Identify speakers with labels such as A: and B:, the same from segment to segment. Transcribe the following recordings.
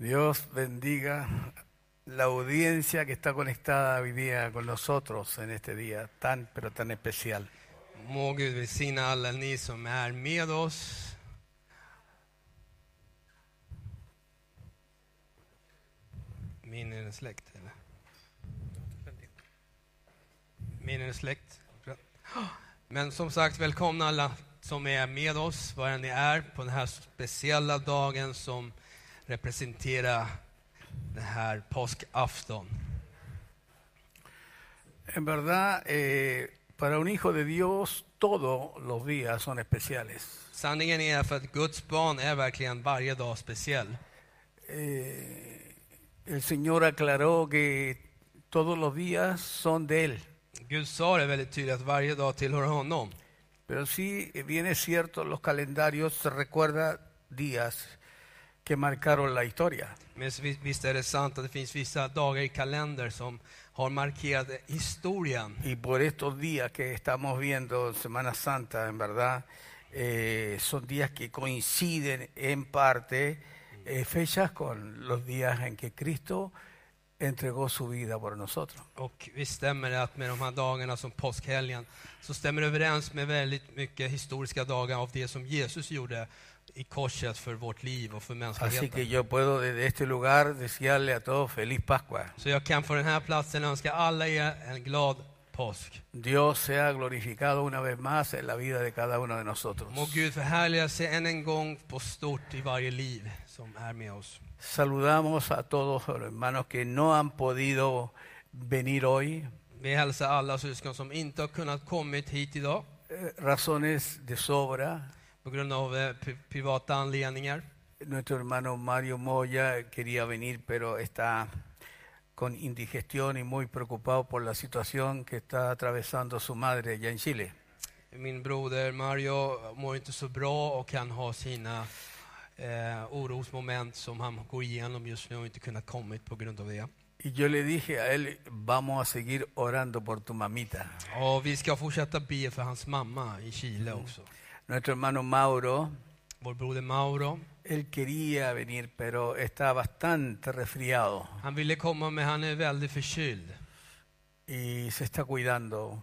A: Dios bendiga la audiencia que está conectada hoy día con nosotros en este día tan, pero tan especial.
B: Må Gud välsigna alla ni som är med oss. Min är en släkt, eller? Min är en släkt. Men som sagt, välkomna alla som är med oss, var ni är, på den här speciella dagen som representerar den här påskafton.
A: En verdad, eh, para un hijo de Dios todos los días son especiales.
B: Sanningen är för att Guds barn är verkligen varje dag speciell.
A: Eh, el Señor aclaró que todos los días son de Él,
B: Gud sa det väldigt tydligt att varje dag tillhör honom.
A: pero sí, eh, bien es cierto, los calendarios se recuerda días que marcaron la historia.
B: Men vis- visst är det sant att det finns vissa dagar i kalender som har markerat historien.
A: Y por estos días que estamos viendo, Semana Santa, en verdad, eh, son días que coinciden en parte eh, fechas con los días en que Cristo entregó su vida por nosotros.
B: Och visst stämmer det att med de här dagarna som påskhelgen så stämmer det överens med väldigt mycket historiska dagar av det som Jesus gjorde i korset för vårt liv och för
A: Así
B: mänskligheten.
A: que yo puedo desde este lugar desearle a todos feliz Pascua.
B: Så jag kan från den här platsen önska alla er en glad påsk.
A: Dios sea glorificado una vez más en la vida de cada uno de nosotros.
B: Må Gud förhärliga sig än en gång på stort i varje liv som är med oss.
A: Saludamos a todos los hermanos que no han podido venir hoy,
B: Vi hälsar alla syskon som inte har kunnat kommit hit idag
A: eh, razones de sobra.
B: på grund av eh, pri- privata anledningar.
A: Nuestro hermano Mario Moya quería venir, pero está con indigestión y muy preocupado por la situación que está atravesando su madre allá en Chile.
B: Min broder Mario mår inte så bra och han har sina eh, orosmoment som han går igenom just nu och inte kunnat kommit på grund av det.
A: Y yo le dije a él, vamos a seguir orando por tu mamita.
B: Och vi ska fortsätta be för hans mamma i Chile också.
A: Nuestro hermano Mauro,
B: Vår broder Mauro,
A: él quería venir, pero está bastante resfriado
B: han ville komma men han är väldigt förkyld
A: y se está cuidando.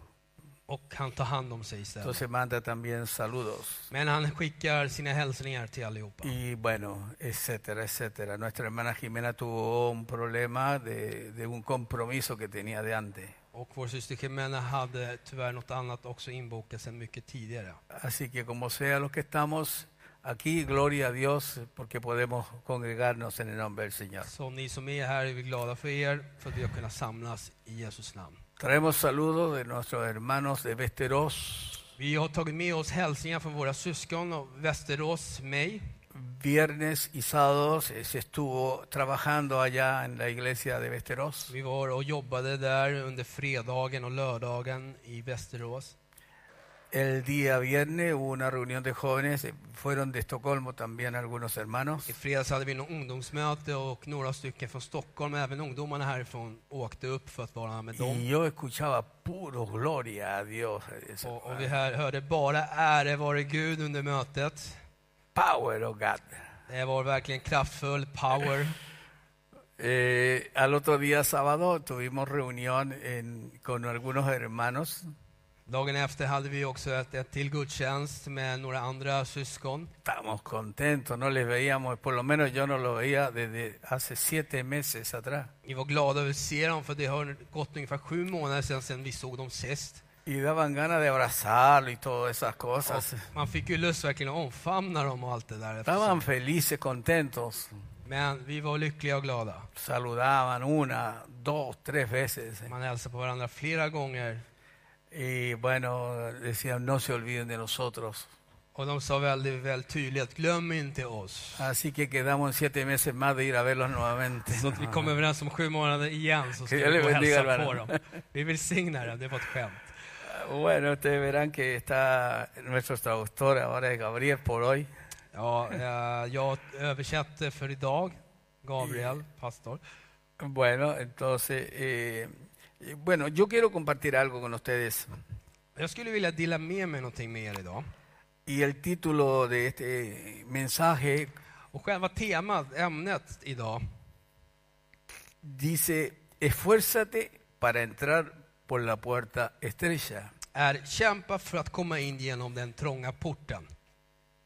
B: och han tar hand om sig istället.
A: Entonces manda también saludos.
B: Men han skickar sina hälsningar till allihopa.
A: Y bueno, etcétera, etcétera. Nuestra hermana Jimena tuvo un problema de, de un compromiso que tenía de antes.
B: Och vår syster Jimena hade tyvärr något annat också inbokat sedan mycket tidigare.
A: Así que como sea los que estamos aquí, gloria a Dios, porque podemos congregarnos en el nombre del Señor.
B: Så ni som är här är vi glada för er, för att vi har kunnat samlas i Jesus namn.
A: Traemos saludos de nuestros hermanos de Vesteros.
B: Vi har tagit med oss hälsningar från våra syskon och Västerås, mig.
A: Viernes y sábados eh, se estuvo trabajando allá en la iglesia de Vesteros.
B: Vi var och jobbade där under fredagen och lördagen i Västerås.
A: El día viernes hubo una reunión de jóvenes, eh, fueron de Estocolmo también algunos hermanos.
B: I fredags hade vi något ungdomsmöte och några stycken från Stockholm, även ungdomarna härifrån, åkte upp för att vara med dem.
A: Y yo escuchaba puro gloria a Dios. eh, eso,
B: Och, och vi här hörde bara ära vare Gud under mötet.
A: Power of God.
B: Det var verkligen kraftfull power.
A: Eh, al otro día sábado tuvimos reunión en- con algunos hermanos.
B: Dagen efter hade vi också ett, ett till gudstjänst med några andra syskon.
A: Estamos contentos, no les veíamos, por lo menos yo no los veía desde hace siete meses atrás.
B: Vi var glada över att se dem, för det har gått ungefär sju månader sedan, sedan vi såg dem sist.
A: Y daban ganas de abrazarlo y todas esas cosas.
B: Och man fick ju lust verkligen att omfamna dem och allt det där.
A: Estaban felices, contentos.
B: Men vi var lyckliga och glada.
A: Saludaban una, dos, tres veces.
B: Man hälsade på varandra flera gånger.
A: Y bueno, decían, no se olviden de nosotros.
B: Och de sa väldigt, väldigt tydligt, glöm inte oss.
A: Así que quedamos en siete meses más de ir a verlos nuevamente.
B: Så att vi kom överens om sju månader igen, så ska
A: Jag
B: vi
A: vill
B: gå och hälsa
A: välsigna
B: på dem.
A: varandra.
B: Vi välsignar dem, det var ett skämt.
A: Ah, Bueno, ustedes verán que está nuestro traductor ahora es Gabriel por hoy.
B: Ja, eh, jag översatte för idag, Gabriel, pastor.
A: Bueno, entonces, eh, eh, bueno, yo quiero compartir algo con ustedes.
B: Jag skulle vilja dela med mig någonting med er idag.
A: Y el título de este mensaje
B: Och själva temat, ämnet idag,
A: dice, esfuérzate para entrar por la puerta estrecha.
B: är kämpa för att komma in genom den trånga porten.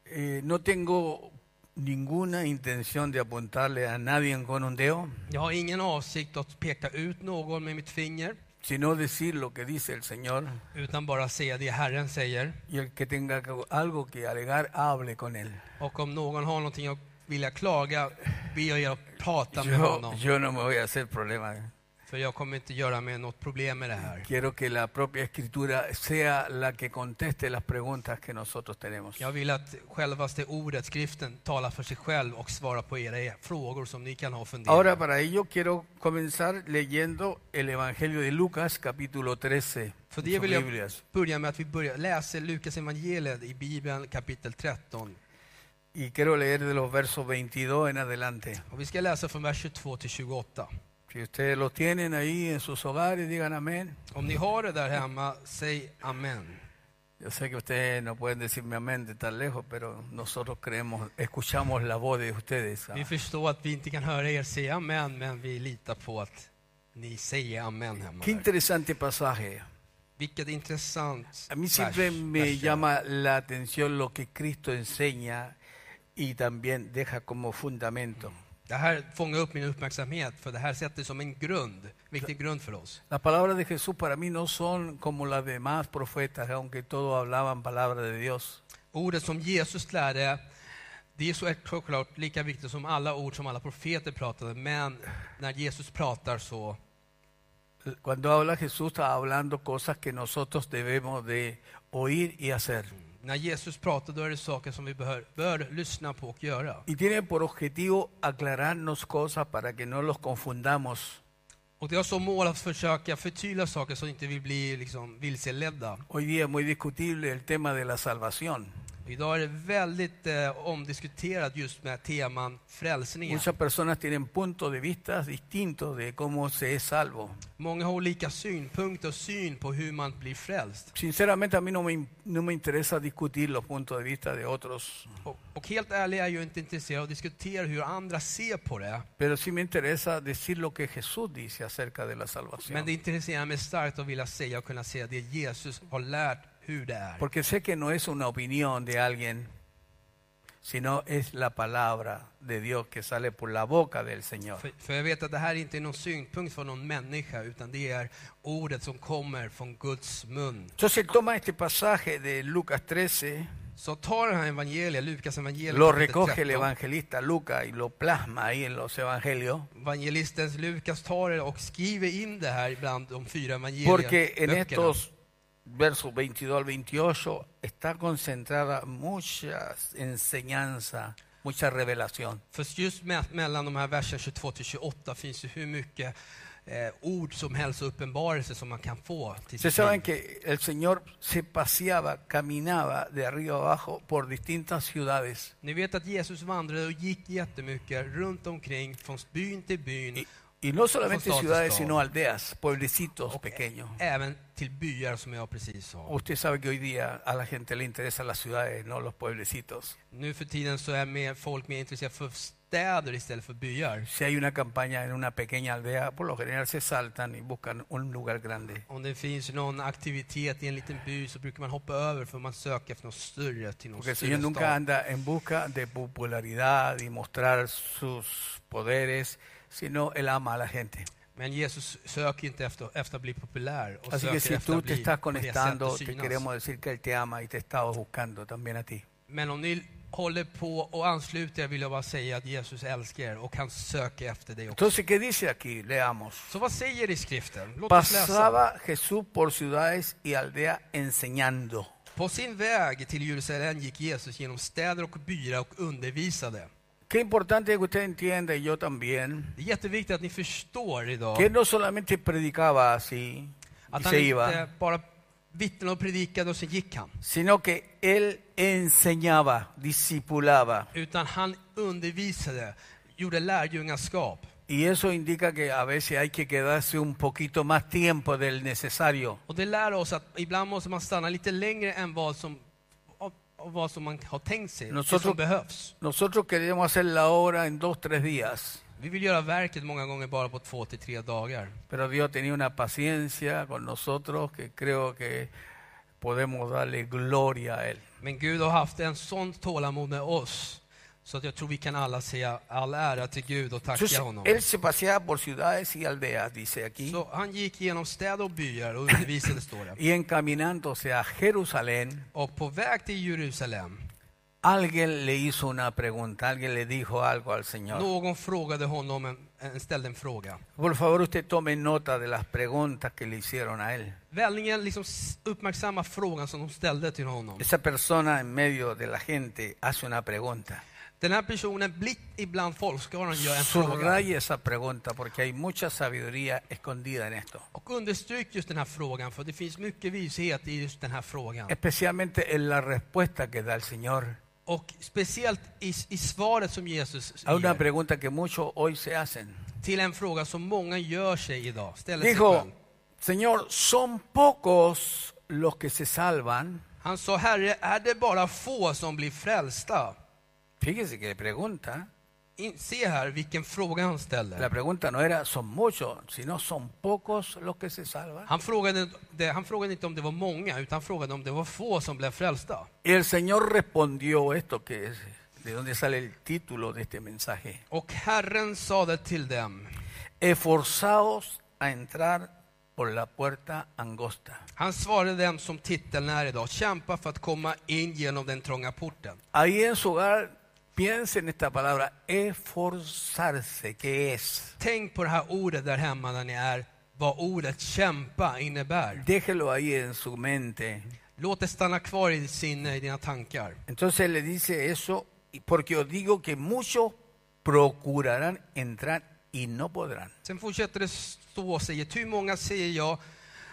A: Eh, no tengo ninguna intención de apuntarle a nadie con un dedo,
B: Jag har ingen avsikt att peka ut någon med mitt finger,
A: sino decir lo que dice el Señor
B: utan bara säga det Herren säger.
A: y el que tenga que- algo que alegar, hable con él.
B: Och om någon har någonting att vilja klaga, ber jag er att prata med
A: Yo,
B: honom.
A: yo no me voy a hacer problema.
B: För jag kommer inte göra mig något problem med det här.
A: Quiero que la propia escritura sea la que conteste las preguntas que nosotros tenemos.
B: Jag vill att självaste ordet, skriften, talar för sig själv och svarar på era e- frågor som ni kan ha och fundera.
A: Ahora para ello quiero comenzar leyendo el Evangelio de Lucas capítulo 13.
B: För
A: en
B: det
A: sus
B: vill jag
A: Biblias.
B: börja med att vi börjar läsa Lukas evangeliet i Bibeln kapitel 13.
A: Y quiero leer de los versos 22 en adelante.
B: Och vi ska läsa från vers 22 till 28.
A: Si ustedes lo tienen ahí en sus hogares, digan amén.
B: Om ni har det där hemma, säg amen.
A: Yo sé que ustedes no pueden decirme amén de tan lejos, pero nosotros creemos, escuchamos la voz de ustedes.
B: Vi förstår att vi inte kan höra er säga amen, men vi litar på att ni säger amen hemma.
A: Qué
B: där.
A: interesante pasaje.
B: Vilket intressant
A: A mí
B: vers-
A: siempre me
B: vers det
A: llama la atención lo que Cristo enseña y también deja como fundamento.
B: Det här fångar upp min uppmärksamhet, för det här sätter som en grund, viktig grund för oss.
A: Las palabras de Jesús para mí no son como las demás profetas, aunque todos hablaban palabra de Dios.
B: Ordet som Jesus lärde, det är så självklart lika viktigt som alla ord som alla profeter pratade, men när Jesus pratar så,
A: Cuando habla Jesús está hablando cosas que nosotros debemos de oír y hacer.
B: när Jesus pratar då är det saker som vi bör, bör lyssna på och göra.
A: Y tiene por objetivo aclararnos cosas para que no los confundamos.
B: Och det har som mål att försöka förtydliga saker så att inte vi blir liksom vilseledda.
A: Hoy día es muy discutible el tema de la salvación.
B: Idag är det väldigt eh, omdiskuterat just med teman frälsningen.
A: Muchas personas tienen puntos de vista distintos de cómo se es salvo.
B: Många har olika synpunkter och syn på hur man blir frälst.
A: Sinceramente a mí no me, in- no me interesa discutir los puntos de vista de otros,
B: Och, och helt ärligt är jag ju inte intresserad av att diskutera hur andra ser på det.
A: pero sí me interesa decir lo que Jesús dice acerca de la salvación.
B: Men det intresserar mig starkt att vilja säga och kunna säga det Jesus har lärt hur det är.
A: Porque sé que no es una opinión de alguien, sino es la palabra de Dios que sale por la boca del Señor.
B: För, för jag vet att det här inte är någon synpunkt från någon människa utan det är ordet som kommer från Guds mun.
A: Entonces toma este pasaje de Lucas 13,
B: Så ta den här evangeliet, Lukas evangeliet
A: lo
B: kapitel
A: recoge el
B: 13.
A: evangelista Lucas y lo plasma ahí en los evangelios.
B: Evangelisten Lukas tar det och skriver in det här bland de fyra
A: Porque en
B: evangelieböckerna.
A: estos versos 22 al 28 está concentrada mucha enseñanza, mucha revelación.
B: För just me mellan de här verserna 22 till 28 finns ju hur mycket eh, ord som helst och uppenbarelser som man kan få. Till
A: Ustedes
B: sitt liv.
A: saben que el Señor se paseaba, caminaba de arriba abajo por distintas ciudades.
B: Ni vet att Jesus vandrade och gick jättemycket runt omkring från byn till byn,
A: Y, y no solamente
B: Apostol,
A: ciudades,
B: apostol.
A: sino aldeas, pueblecitos pequeños.
B: även till byar som jag precis sa.
A: Usted sabe que hoy día a la gente le interesan las ciudades, no los pueblecitos.
B: Nu för tiden så är mer, folk mer intresserade för städer istället för byar.
A: Si hay una campaña en una pequeña aldea, por lo general se saltan y buscan un lugar grande.
B: Om det finns någon aktivitet i en liten by så brukar man hoppa över för man söker efter något större till någon
A: Porque el
B: större
A: Señor nunca
B: stad.
A: anda en busca de popularidad y mostrar sus poderes, sino Él ama a la gente.
B: Men Jesus söker inte efter, efter att bli populär. Och
A: Así
B: söker
A: que si
B: efter
A: tú
B: att
A: te
B: bli
A: estás
B: på det sättet
A: conectando, te
B: synas.
A: queremos decir que Él te ama y te está buscando también a ti.
B: Men om ni håller på och ansluter er vill jag bara säga att Jesus älskar er och han söker efter dig också.
A: Entonces, ¿qué dice aquí? Leamos.
B: Så vad säger det i skriften? Låt oss läsa.
A: Pasaba Jesús por ciudades y aldeas enseñando.
B: På sin väg till Jerusalem gick Jesus genom städer och byar och undervisade.
A: Qué importante que usted entienda, y yo también,
B: Det är jätteviktigt att ni förstår idag
A: que Él no solamente predicaba así y
B: att han
A: se
B: inte
A: iba,
B: bara vittnade och predikade och sen gick han.
A: sino que Él enseñaba, discipulaba.
B: Utan han undervisade, gjorde lärjungaskap.
A: Y eso indica que a veces hay que quedarse un poquito más tiempo del necesario.
B: Och det lär oss att ibland måste man stanna lite längre än vad som av, vad som man har tänkt sig, det
A: Nosotros-
B: som behövs.
A: Nosotros queremos hacer la obra en dos, tres días,
B: Vi vill göra verket många gånger bara på två till tre dagar.
A: pero Dios tenía una paciencia con nosotros que creo que podemos darle gloria a Él.
B: Men Gud har haft en sån tålamod med oss så att jag tror vi kan alla säga all ära till Gud och tacka
A: Entonces,
B: honom.
A: él se paseaba por ciudades y aldeas, dice aquí,
B: Så han gick genom städer och byar och undervisade, står det.
A: y encaminándose a Jerusalén,
B: Och på väg till Jerusalem,
A: alguien le hizo una pregunta, alguien le dijo algo al Señor.
B: någon frågade honom, en, en, ställde en fråga.
A: Por favor, usted tome nota de las preguntas que le hicieron a Él.
B: Vällingen liksom s- uppmärksamma frågan som de ställde till honom.
A: Esa persona en medio de la gente hace una pregunta.
B: Den här personen, blick ibland folkskaran, gör en fråga.
A: Subraya esa pregunta porque hay mucha sabiduría escondida en esto.
B: Och understryk just den här frågan, för det finns mycket vishet i just den här frågan.
A: Especialmente en la respuesta que da el Señor
B: Och speciellt i, i svaret som Jesus
A: a una
B: ger
A: pregunta que muchos hoy se hacen.
B: till en fråga som många gör sig idag. Ställer sig
A: Dijo,
B: själv.
A: Señor, son pocos los que se salvan.
B: Han sa, Herre, är det bara få som blir frälsta?
A: Fíjese que le pregunta.
B: In, se här vilken fråga han
A: La
B: ställer.
A: pregunta no era son muchos, sino son pocos los que se salvan.
B: Han frågade, det, han frågade inte om det var många, utan han frågade om det var få som blev frälsta.
A: Y el Señor respondió esto que es de donde sale el título de este mensaje.
B: Och Herren sade till dem,
A: Esforzaos a entrar por la puerta angosta.
B: han svarade dem som titeln är idag, kämpa för att komma in genom den trånga porten.
A: Ahí en su hogar piensen en esta palabra, esforzarse, que es.
B: Tänk på det här ordet där hemma när ni är, vad ordet kämpa innebär.
A: Déjelo ahí en su mente.
B: Låt det stanna kvar i ditt sinne, i dina tankar.
A: Entonces le dice eso, y porque os digo que muchos procurarán entrar y no podrán.
B: Sen fortsätter det stå och säger, hur många säger jag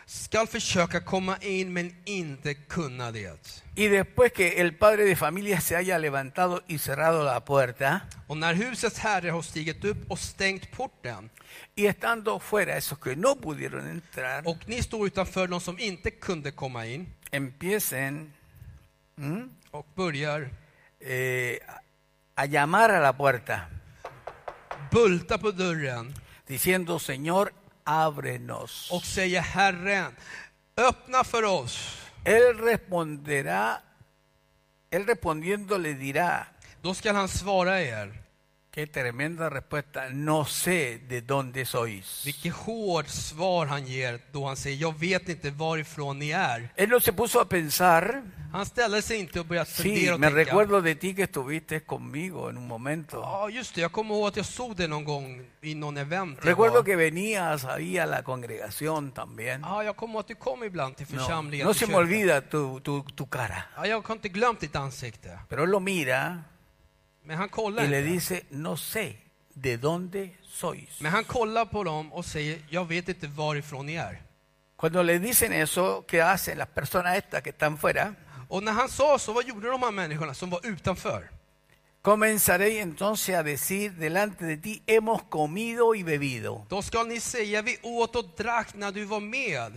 B: skall försöka komma in men inte kunna det.
A: Y después que el padre de familia se haya levantado y cerrado la puerta,
B: Och när husets herre har stigit upp och stängt porten
A: y estando fuera esos que no pudieron entrar,
B: och ni står utanför de som inte kunde komma in
A: empiecen ¿m?
B: och börjar
A: Eh, a llamar a la puerta,
B: bulta på dörren
A: diciendo, Señor, ábrenos.
B: och säger Herren, öppna för oss.
A: Él responderá, él respondiendo le dirá,
B: Då skall han svara er.
A: Qué tremenda respuesta. No sé de dónde sois.
B: Vilket hårt svar han ger då han säger, jag vet inte varifrån ni är.
A: Él no se puso a pensar.
B: Han ställer sig inte och börjar
A: Sí,
B: fundera och
A: me
B: tänka.
A: recuerdo de ti que estuviste conmigo en un momento.
B: Ja, just det. Jag kommer ihåg att jag såg det någon gång i någon event. jag var.
A: Recuerdo que venías ahí a la congregación también.
B: Ja, jag kommer ihåg att du kom ibland till
A: No,
B: församlingen.
A: no
B: till
A: se me
B: kyrkan.
A: olvida tu, tu- tu cara.
B: Ja, jag har inte glömt ditt ansikte.
A: Pero él lo mira
B: Men han kollar
A: y le
B: inte.
A: dice, no sé de dónde sois.
B: Men han kollar på dem och säger, jag vet inte varifrån ni är.
A: Cuando le dicen eso, ¿qué hacen las personas estas que están fuera?
B: Och när han sa så, vad gjorde de här människorna som var utanför?
A: Comenzaré entonces a decir delante de ti, hemos comido y bebido.
B: Då ska ni säga, vi åt och drack när du var med.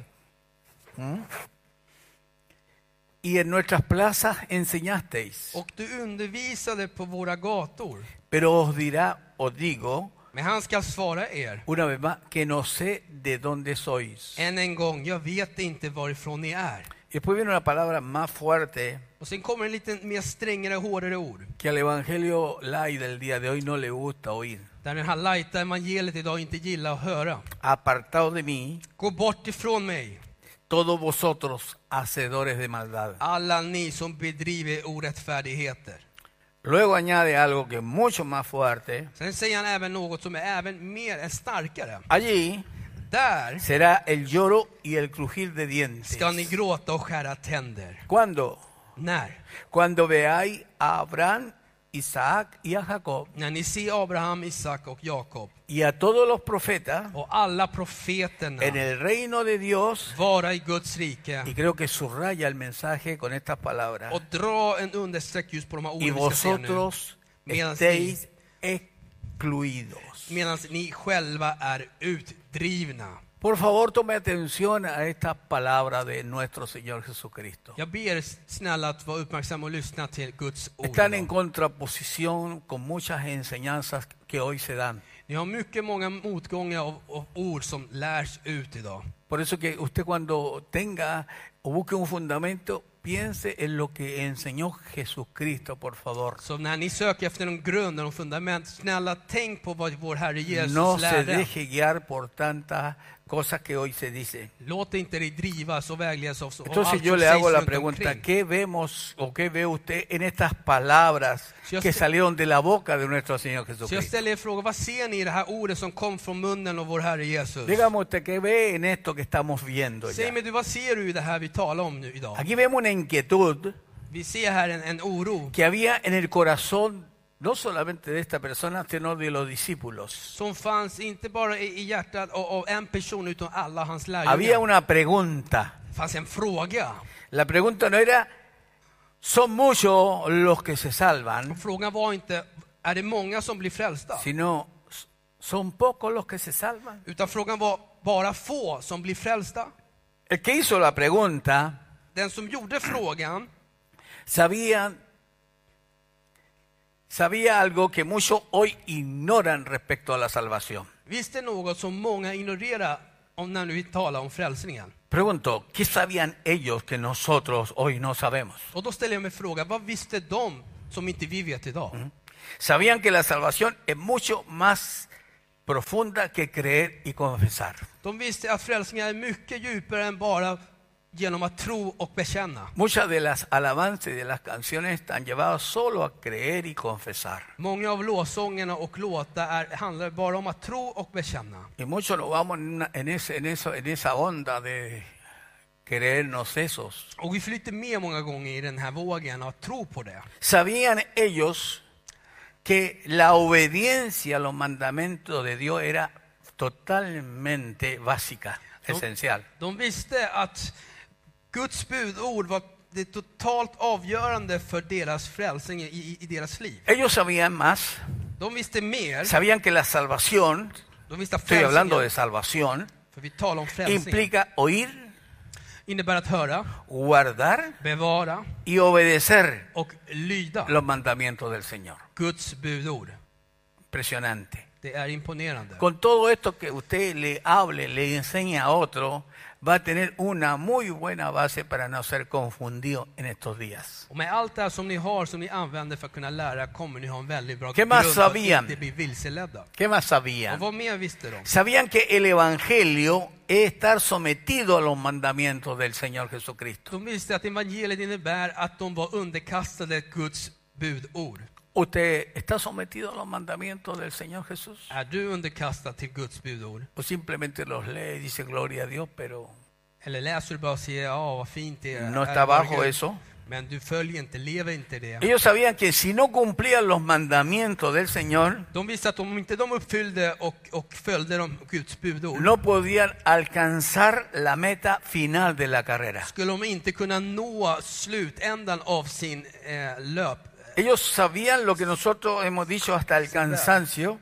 A: y en nuestras plazas enseñasteis.
B: Och du undervisade på våra gator.
A: Pero os dirá, os digo,
B: Men han ska svara er,
A: una vez más, que no sé de dónde sois.
B: än en gång, jag vet inte varifrån ni är.
A: Y después viene una palabra más fuerte
B: Och sen kommer en lite mer strängare, hårdare ord.
A: que al Evangelio Lai del día de hoy no le gusta oír.
B: Där den här lighta evangeliet idag inte gillar att höra.
A: Apartado de mí,
B: Gå bort ifrån mig,
A: todos vosotros, hacedores de maldad.
B: alla ni som bedriver orättfärdigheter.
A: Luego añade algo que es mucho más fuerte.
B: Sen säger han även något som är även mer än starkare.
A: Allí
B: Där
A: será el lloro y el crujir de dientes.
B: ska ni gråta och skära tänder.
A: ¿Cuándo?
B: När?
A: Cuando veáis a Abraham, Isaac y a Jacob
B: När ni ser Abraham, Isak och Jakob
A: y a todos los profetas
B: och alla profeterna
A: en el reino de Dios.
B: vara i Guds
A: Y
B: rike
A: creo que subraya el mensaje con estas palabras.
B: och dra en understreck just på de här
A: Y
B: orden vi ska säga nu.
A: vosotros
B: Mientras-
A: estéis excluidos.
B: Medan ni själva är utdrivna.
A: Por favor, tome atención a esta palabra de nuestro Señor Jesucristo.
B: Jag ber er snälla att vara uppmärksamma och lyssna till Guds ord.
A: Están en contraposición con muchas enseñanzas que hoy se dan.
B: Ni har mycket många motgångar av, av ord som lärs ut idag.
A: Por eso que usted cuando tenga o busque un fundamento, piense en lo que enseñó Jesucristo, por favor.
B: Så när ni söker efter en grund och en fundament, snälla tänk på vad vår Herre Jesus
A: No se
B: lärde.
A: deje guiar por tantas cosas que hoy se dicen.
B: Låt inte dig drivas och vägledas av så- av allt
A: Entonces
B: som
A: yo le
B: sägs
A: hago la
B: runt
A: pregunta,
B: omkring.
A: ¿qué vemos o qué ve usted en estas palabras
B: Si yo
A: que
B: sé-
A: salieron de la boca de nuestro Señor
B: Så jag
A: Jesucristo?
B: ställer er frågan, vad ser ni i det här ordet som kom från munnen av vår Herre Jesus?
A: Dígame usted, ¿qué ve en esto que estamos viendo? ya?
B: Säg mig du, vad ser du i det här vi talar om nu idag?
A: Aquí vemos una inquietud
B: Vi ser här en, en oro
A: que había en el corazón no solamente de esta persona, sino de los discípulos.
B: som fanns inte bara i, i hjärtat av, av en person utan alla hans
A: Había
B: lärjungar.
A: una pregunta.
B: Det fanns en fråga.
A: La pregunta no era, ¿son muchos los que se
B: Och
A: salvan?
B: frågan var inte, är det många som blir frälsta?
A: Sino, ¿son pocos los que se salvan?
B: Utan frågan var, bara få som blir frälsta?
A: El que hizo la pregunta
B: Den som gjorde frågan
A: sabía, sabía algo que muchos hoy ignoran respecto a la salvación.
B: visste något som många ignorerar om när vi talar om frälsningen.
A: Pregunto, ¿qué sabían ellos que nosotros hoy no sabemos?
B: Och då ställer jag mig frågan, vad visste de som inte vi vet idag?
A: Sabían que la salvación es mucho más profunda que creer y confesar.
B: De visste att frälsningen är mycket djupare än bara genom att tro och bekänna.
A: Muchas de las alabanzas y de las canciones están llevadas solo a creer y confesar.
B: Många av lovsångerna och låtar är, handlar bara om att tro och bekänna.
A: Y muchos nos vamos en, una- en ese- en eso, en esa onda de creernos esos.
B: Och vi flyter med många gånger i den här vågen av att tro på det.
A: Sabían ellos que la obediencia a los mandamientos de Dios era totalmente básica, esencial.
B: De visste att Guds budord var det totalt avgörande för deras frälsning i- i, i deras liv.
A: Ellos sabían más,
B: De visste mer.
A: sabían que la salvación,
B: De visste att
A: estoy hablando de
B: frälsningen,
A: salvación,
B: för vi talar om frälsning,
A: implica oír,
B: innebär att höra,
A: guardar
B: bevara
A: y obedecer
B: och lyda
A: los mandamientos del Señor.
B: Guds budord.
A: Impresionante.
B: Det är imponerande.
A: Con todo esto que usted le hable, le enseñe a otro, va a tener una muy buena base para no ser confundido en estos días.
B: Och med allt det här som ni har, som ni använder för att kunna lära, kommer ni ha en väldigt bra
A: Que
B: grund
A: más
B: för att
A: sabían?
B: inte bli vilseledda.
A: ¿Qué más
B: Och
A: sabían?
B: vad mer visste de?
A: Sabían que el Evangelio es estar sometido a los mandamientos del Señor Jesucristo.
B: De visste att evangeliet innebär att de var underkastade Guds budord.
A: ¿Usted está sometido a los mandamientos del Señor Jesús?
B: Är du underkastad till Guds budord?
A: ¿O simplemente los lee y dice gloria a Dios, pero
B: Eller läser du bara och säger ja, vad fint det är.
A: no
B: Ära
A: está
B: vare
A: bajo
B: Gud."
A: eso?
B: Men du följer inte, lever inte det.
A: Ellos sabían que si no cumplían los mandamientos del Señor,
B: De visste att om inte de uppfyllde och, och följde de Guds budord,
A: no podían alcanzar la meta final de la carrera.
B: skulle de inte kunna nå slutändan av sin eh, löp,
A: Ellos sabían lo que nosotros hemos dicho hasta el cansancio,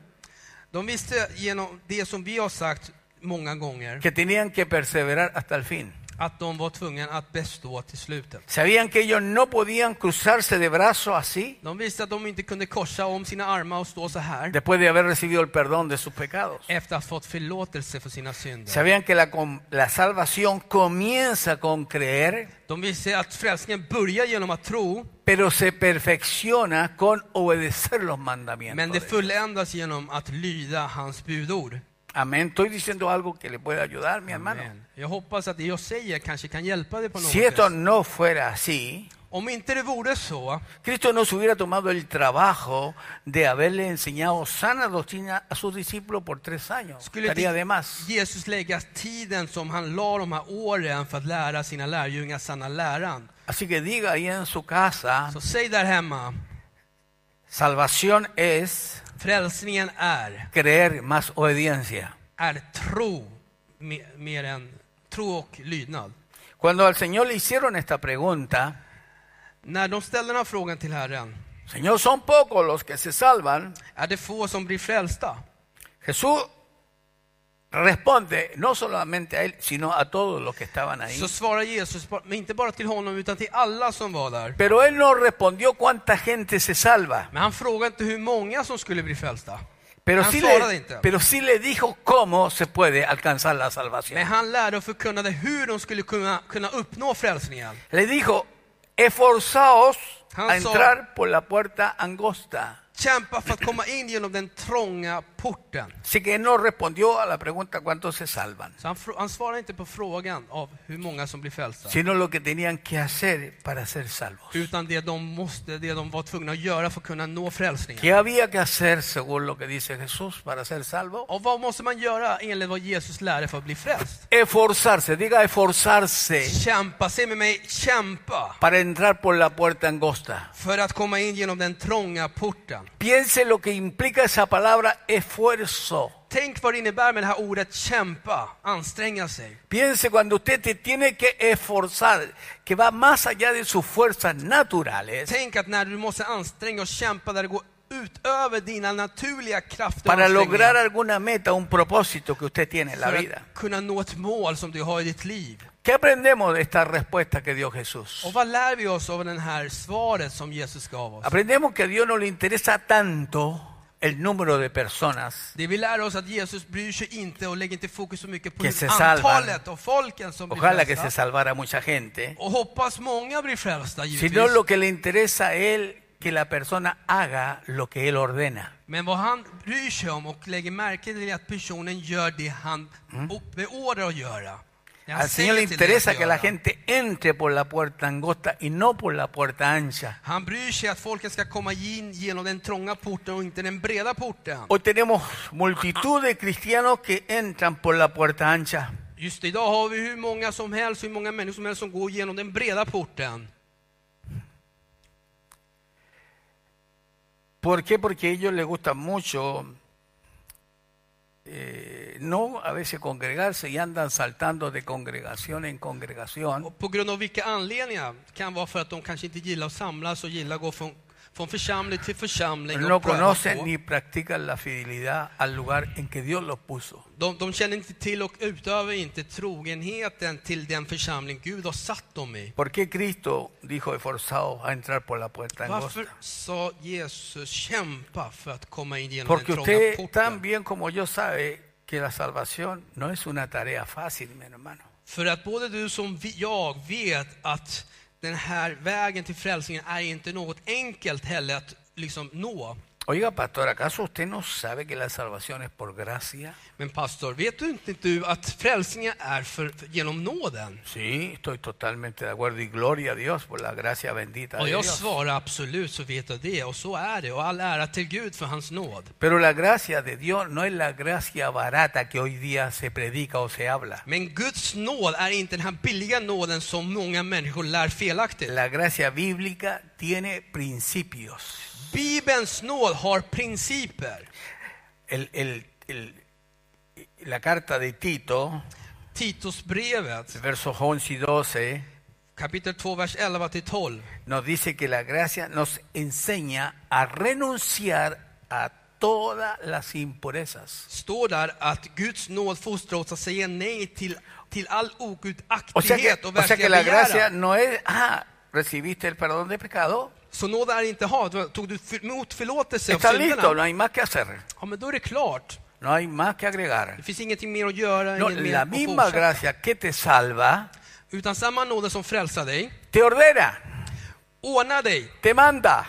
B: De visste genom det som vi har sagt många gånger
A: que tenían que perseverar hasta el fin.
B: att de var tvungna att bestå till slutet.
A: Sabían que ellos no podían cruzarse de brazos así
B: De visste att de inte kunde korsa om sina armar och stå så här
A: después de haber recibido el perdón de sus pecados.
B: efter att ha fått förlåtelse för sina synder.
A: Sabían que la, com- la salvación comienza con creer,
B: De visste att frälsningen börjar genom att tro,
A: pero se perfecciona con obedecer los mandamientos.
B: men det
A: de
B: fulländas genom att lyda hans budord.
A: Dios. Amén. Estoy diciendo algo que le puede ayudar, mi hermano.
B: Amen. Jag hoppas att det jag säger kanske kan hjälpa dig på något
A: Si esto
B: sätt.
A: no fuera así,
B: Om inte det vore så,
A: Cristo no se hubiera tomado el trabajo de haberle enseñado sana doctrina a sus discípulos por tres años.
B: Skulle
A: Estaría
B: ti-
A: de más.
B: Jesus lägga tiden som han la de här åren för att lära sina lärjungar sanna läran.
A: Así que diga ahí en su casa,
B: Så säg där hemma,
A: salvación es
B: frälsningen är,
A: creer más obediencia.
B: är tro me- mer än tro och lydnad.
A: Cuando al Señor le hicieron esta pregunta,
B: När de ställde den här frågan till Herren,
A: Señor, son pocos los que se salvan.
B: är det få som blir frälsta?
A: Jesús responde no solamente a él, sino a todos los que estaban ahí.
B: Så svarar Jesus, ba- men inte bara till honom utan till alla som var där.
A: Pero él no respondió cuánta gente se salva.
B: Men han frågade inte hur många som skulle bli frälsta.
A: Pero
B: han
A: sí,
B: svarade
A: le,
B: inte.
A: pero sí le dijo cómo se puede alcanzar la
B: Men
A: salvación.
B: han lärde och förkunnade hur de skulle kunna, kunna uppnå frälsningen.
A: Le dijo, esforzaos a
B: Hands on.
A: entrar por la puerta angosta.
B: Kämpa för att komma in genom den trånga porten.
A: Así que no respondió a la pregunta cuántos se salvan,
B: Så han, fr- han svarar inte på frågan av hur många som blir frälsta.
A: sino lo que tenían que hacer para ser salvos.
B: Utan det de, måste, det de var tvungna att göra för att kunna nå frälsningen.
A: ¿Qué había que hacer según lo que dice Jesús para ser salvo?
B: Och vad måste man göra enligt vad Jesus lärde för att bli frälst?
A: Esforzarse, diga esforzarse
B: Kämpa, se med mig, kämpa!
A: para entrar por la puerta angosta.
B: För att komma in genom den trånga porten.
A: Piense lo que implica esa palabra esfuerzo.
B: Tänk vad det innebär med det här ordet kämpa, anstränga sig.
A: Piense cuando usted te tiene que esforzar, que va más allá de sus fuerzas naturales,
B: Tänk att när du måste anstränga och kämpa där det går utöver dina naturliga krafter och
A: para lograr
B: ansträngningar
A: alguna meta, un propósito que usted tiene en la
B: för
A: vida.
B: att kunna nå ett mål som du har i ditt liv.
A: ¿Qué aprendemos de esta respuesta que dio Jesús?
B: Och vad lär vi oss av det här svaret som Jesus gav oss?
A: Aprendemos que a Dios no le interesa tanto el número de personas
B: Det vi lär oss att Jesus bryr sig inte och lägger inte fokus så mycket på
A: Que
B: just
A: se salvan.
B: antalet och folken som
A: Ojalá
B: blir
A: que se
B: frälsta.
A: salvara mucha gente,
B: Och hoppas många blir frälsta givetvis.
A: sino lo que le interesa a Él que la persona haga lo que Él ordena.
B: Men vad han bryr sig om och lägger märke till är att personen gör det han o- beordrar att göra. Det
A: Mm.
B: han
A: Al
B: säger
A: Señor le
B: till dig att
A: interesa que la
B: göra.
A: gente entre por la puerta angosta y no por la puerta ancha.
B: Han bryr sig att folket ska komma in genom den trånga porten och inte den breda porten.
A: Hoy tenemos multitud de cristianos que entran por la puerta ancha,
B: Just idag har vi hur många som helst, hur många människor som helst som går genom den breda porten.
A: ¿Por qué? Porque a ellos les gusta mucho, eh, no a veces congregarse y andan saltando de congregación en congregación.
B: Och på grund av vilka anledningar? Det kan vara för att de kanske inte gillar att samlas och gillar att gå från, från församling till församling.
A: No
B: och pröva
A: conocen
B: på.
A: ni practican la fidelidad al lugar en que Dios los puso.
B: De, de känner inte till och utövar inte trogenheten till den församling Gud har satt dem i.
A: ¿Por qué Cristo dijo esforzados a entrar por la puerta
B: Varför
A: angosta?
B: sa Jesus kämpa för att komma in genom
A: Porque
B: den trånga
A: usted
B: porten?
A: tan bien como yo sabe que la salvación no es una tarea fácil, mi hermano.
B: För att både du som vi, jag vet att den här vägen till frälsningen är inte något enkelt heller att liksom nå.
A: Oiga, pastor, ¿acaso usted no sabe que la salvación es por gracia?
B: Men pastor, vet du inte du att frälsningen är för, för, genom nåden?
A: Sí, estoy totalmente de acuerdo y gloria a Dios por la gracia bendita
B: Och
A: de
B: jag
A: Dios.
B: svarar absolut så vet jag det och så är det och all ära till Gud för hans nåd.
A: Pero la gracia de Dios no es la gracia barata que hoy día se predica o se habla.
B: Men Guds nåd är inte den här billiga nåden som många människor lär felaktigt.
A: La gracia bíblica tiene principios.
B: Bibelns nåd har principer.
A: El- el- el- la carta de Tito,
B: Titusbrevet
A: versos 11 y 12,
B: kapitel 2, vers 11 till 12.
A: nos dice que la gracia nos enseña a renunciar a todas las impurezas.
B: Står där att Guds nåd fostrar oss att säga nej till, till all
A: O sea, que,
B: ogudaktighet och
A: o sea que
B: världsliga
A: la gracia
B: begäran.
A: no es, ah, recibiste el perdón de pecado,
B: Så nåd är inte hat. Tog du för- emot förlåtelse av
A: está listo, no
B: synderna?
A: hay más que hacer,
B: Ja, men då är det klart.
A: no hay más que
B: Det
A: agregar.
B: finns ingenting mer att göra.
A: No,
B: inget mer
A: la
B: att
A: misma
B: fortsätta.
A: gracia que te salva,
B: Utan samma nåd som frälsar dig,
A: te ordena,
B: ordnar dig,
A: te manda,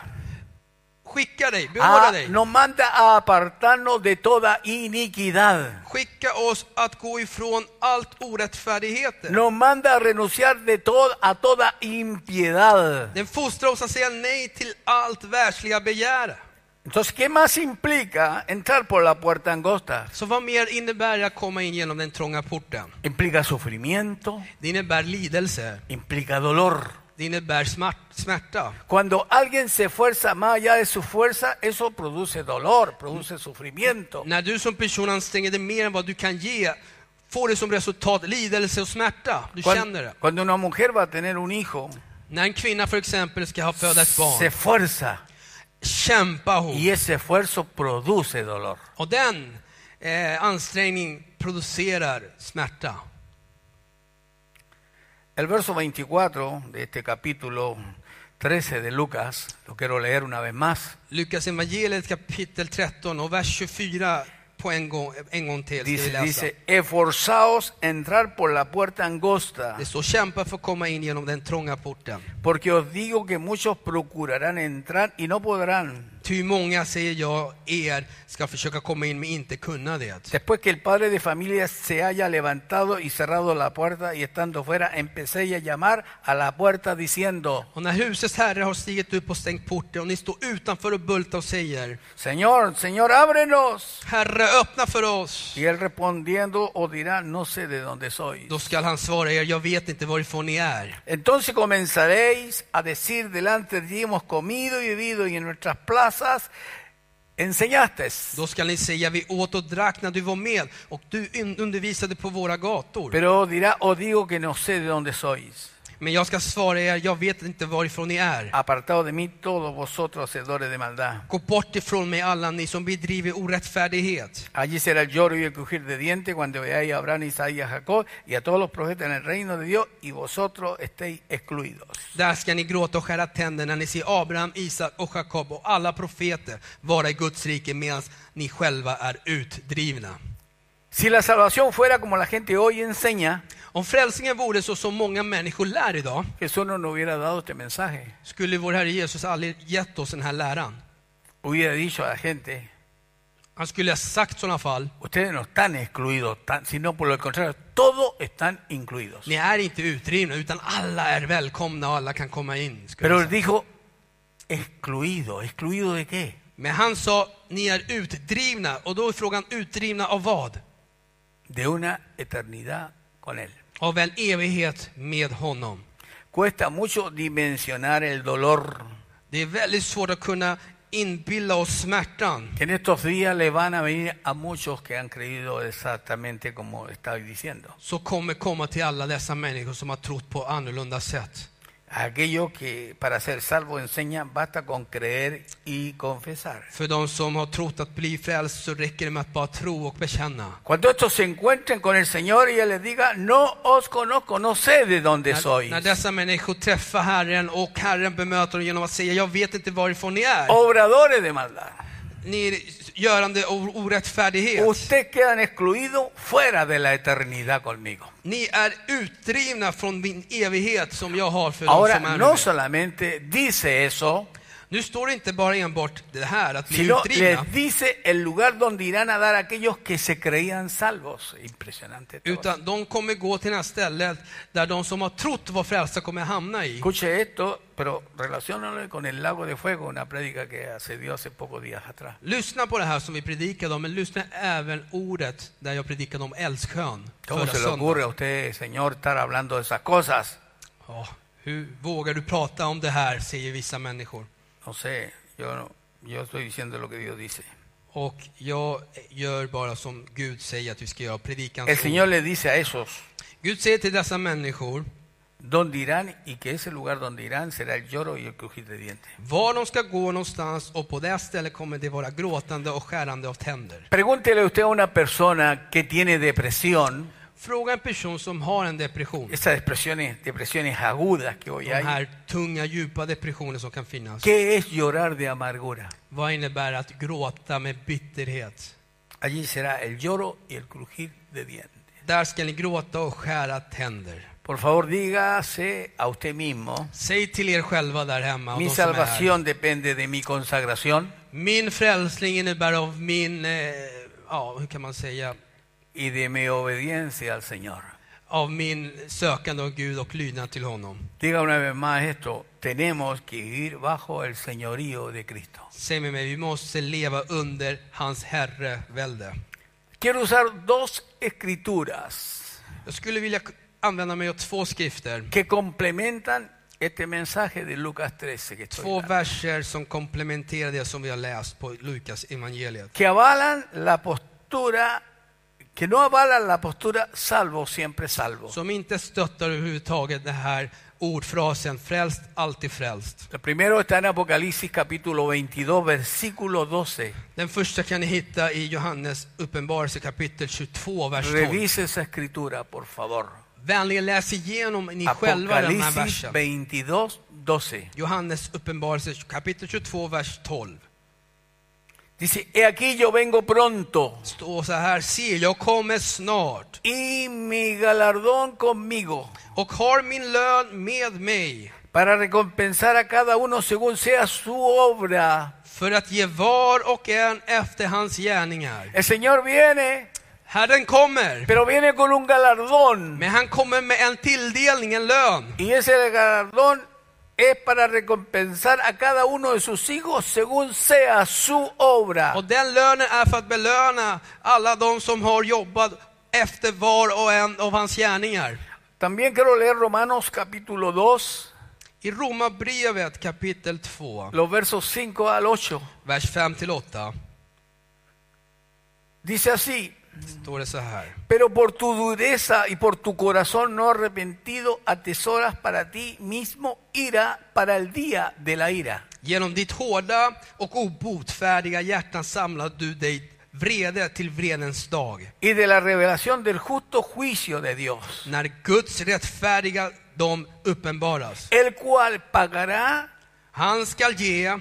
B: skickar dig, beordrar
A: Ah,
B: dig.
A: nos manda a apartarnos de toda iniquidad,
B: Skicka oss att gå ifrån allt orättfärdigheter.
A: nos manda a renunciar de todo, a toda impiedad.
B: Den fostrar oss att säga nej till allt världsliga begär.
A: Entonces, ¿qué más implica entrar por la puerta angosta?
B: Så vad mer innebär det att komma in genom den trånga porten?
A: Implica sufrimiento,
B: Det innebär lidelse.
A: implica dolor.
B: Det innebär smärt, smärta.
A: Cuando alguien se esfuerza más allá de su fuerza, eso produce dolor, produce sufrimiento.
B: När du som person anstränger dig mer än vad du kan ge får det som resultat lidelse och smärta. Du
A: Cuando,
B: känner det.
A: cuando una mujer va a tener un hijo,
B: När en kvinna för exempel ska ha föda ett
A: se
B: barn,
A: esfuerza
B: kämpar
A: y
B: hon.
A: ese esfuerzo produce dolor.
B: Och den eh, ansträngning producerar smärta.
A: El verso 24 de este capítulo 13 de Lucas, lo quiero leer una vez más,
B: Lukas evangeliet kapitel 13 och vers 24 på en gång, en gång till. Ska vi
A: dice,
B: läsa.
A: dice, esforzaos a entrar por la puerta angosta,
B: Det står kämpa för att komma in genom den trånga porten.
A: porque os digo que muchos procurarán entrar y no podrán.
B: Ty många, säger jag er, ska försöka komma in men inte kunna det.
A: Después que el padre de familia se haya levantado y cerrado la puerta y estando fuera, empecé a llamar a la puerta diciendo,
B: Och när husets herre har stigit upp och stängt porten och ni står utanför och bultar och säger
A: Señor, Señor, ábrenos.
B: Herre, öppna för oss.
A: Y él respondiendo os dirá, no sé de dónde sois.
B: Då skall han svara er, jag vet inte varifrån ni är.
A: Entonces comenzaréis a decir delante de ti hemos comido y bebido y en nuestras plazas enseñaste.
B: Då skall ni säga, vi åt och drack när du var med och du in- undervisade på våra gator.
A: Pero os dirá, os digo que no sé de dónde sois.
B: Men jag ska svara er, jag vet inte varifrån ni är.
A: Apartaos de mí todos vosotros hacedores de maldad.
B: Gå bort ifrån mig alla ni som bedriver orättfärdighet.
A: Allí será el lloro y el crujir de dientes cuando veáis a Abraham, Isaac y a Jacob y a todos los profetas en el reino de Dios y vosotros estéis excluidos.
B: Där ska ni gråta och skära tänder när ni ser Abraham, Isak och Jakob och alla profeter vara i Guds rike medan ni själva är utdrivna.
A: Si la salvación fuera como la gente hoy enseña,
B: Om frälsningen vore så som många människor lär idag,
A: Jesús no nos hubiera dado este mensaje.
B: skulle vår Herre Jesus aldrig gett oss den här läran.
A: Hubiera dicho a la gente,
B: Han skulle ha sagt i sådana fall,
A: ustedes no están excluidos, tan- sino por lo contrario, todos están incluidos.
B: ni är inte utdrivna utan alla är välkomna och alla kan komma in. skulle
A: Pero
B: jag
A: él
B: säga.
A: dijo, excluido, ¿excluido de qué?
B: Men han sa, ni är utdrivna och då är frågan utdrivna av vad?
A: De una eternidad con él.
B: Av en evighet med honom.
A: Cuesta mucho dimensionar el dolor
B: Det är väldigt svårt att kunna inbilla oss smärtan.
A: que en estos días le van a venir a muchos que han creído exactamente como estaba diciendo.
B: Så kommer komma till alla dessa människor som har trott på annorlunda sätt.
A: Aquellos que para ser salvo enseñan, basta con creer y confesar.
B: För de som har trott att bli frälst så räcker det med att bara tro och bekänna.
A: Cuando estos se encuentren con el Señor y Él les diga, no os conozco, no sé de dónde
B: När,
A: sois.
B: när dessa människor träffar Herren och Herren bemöter dem genom att säga jag vet inte varifrån ni är.
A: Obradores de maldad.
B: Ni är görande av orättfärdighet.
A: Ustedes quedan excluidos fuera de la eternidad conmigo.
B: Ni är utdrivna från min evighet som jag har för dem
A: Ahora,
B: som är
A: no
B: med.
A: solamente dice eso,
B: Nu står det inte bara enbart det här att bli
A: sino
B: utdrivna.
A: les dice el lugar donde irán a dar aquellos que se creían salvos. Impresionante. todo.
B: Utan de kommer gå till det här stället där de som har trott var frälsta kommer hamna i.
A: Escuche esto, pero relacionalo con el lago de fuego, una prédica que se dio hace pocos días atrás.
B: Lyssna på det här som vi predikade om, men lyssna även ordet där jag predikade om Älvsjön
A: ¿Cómo
B: förra
A: se le ocurre
B: söndagen.
A: a usted, Señor, estar hablando de esas cosas?
B: Ja, hur vågar du prata om det här, säger vissa människor.
A: No sé, yo, no- yo estoy diciendo lo que Dios dice.
B: Och jag gör bara som Gud säger att vi ska göra, predikans
A: El
B: ord.
A: Señor le dice a esos,
B: Gud säger till dessa människor
A: ¿dónde irán? Y que ese lugar donde irán será el lloro y el crujir de dientes.
B: var de ska gå någonstans och på det stället kommer det vara gråtande och skärande av tänder.
A: Pregúntele usted a una persona que tiene depresión,
B: Fråga en person som har en depression.
A: esas depresiones, depresiones agudas que hoy
B: De
A: hay,
B: här tunga, djupa depressioner som kan finnas.
A: ¿qué es llorar de amargura?
B: Vad innebär att gråta med bitterhet?
A: Allí será el lloro y el crujir de dientes.
B: Där ska ni gråta och skära tänder.
A: Por favor, dígase a usted mismo,
B: Säg till er själva där hemma. och
A: mi
B: de som är här,
A: salvación depende de mi consagración
B: Min frälsning innebär av min, eh, ja, hur kan man säga,
A: y de mi obediencia al Señor.
B: av min sökande av Gud och lydnad till honom.
A: Diga una vez más esto, tenemos que vivir bajo el señorío de Cristo.
B: Säg med mig, vi måste leva under hans herrevälde.
A: Quiero usar dos escrituras
B: Jag skulle vilja k- använda mig av två skrifter.
A: que complementan este mensaje de Lucas 13 que, estoy
B: Två
A: dando,
B: verser som komplementerar det som vi har läst på Lukas evangeliet.
A: que avalan la postura, que no avalan la postura salvo, siempre salvo.
B: Som inte stöttar överhuvudtaget det här ordfrasen frälst, alltid frälst.
A: El primero está en Apocalipsis capítulo 22, versículo 12.
B: Den första kan ni hitta i Johannes uppenbarelse kapitel 22, vers 12.
A: Revise esa escritura, por favor.
B: Vänligen läs igenom ni själva den här
A: Apocalipsis
B: versen.
A: 22, 12.
B: Johannes uppenbarelse kapitel 22, vers 12.
A: Dice, he aquí yo vengo pronto
B: Står så här, se jag kommer snart
A: y mi galardón conmigo
B: och har min lön med mig
A: para recompensar a cada uno según sea su obra.
B: för att ge var och en efter hans gärningar.
A: El Señor viene,
B: Herren kommer,
A: pero viene con un galardón.
B: men han kommer med en tilldelning, en lön.
A: Y ese galardón es para recompensar a cada uno de sus hijos según sea su obra.
B: Och den lönen är för att belöna alla de som har jobbat efter var och en av hans gärningar.
A: También quiero leer Romanos capítulo 2,
B: I Romarbrevet kapitel 2,
A: los versos 5 al 8.
B: vers 5-8
A: Dice así,
B: står det så här.
A: Pero por tu dureza y por tu corazón no arrepentido atesoras para ti mismo ira para el día de la ira.
B: Genom ditt hårda och obotfärdiga hjärtan samlade du dig vrede till vredens dag.
A: Y de la revelación del justo juicio de Dios,
B: När Guds rättfärdiga dom uppenbaras.
A: el cual pagará
B: Han skall ge,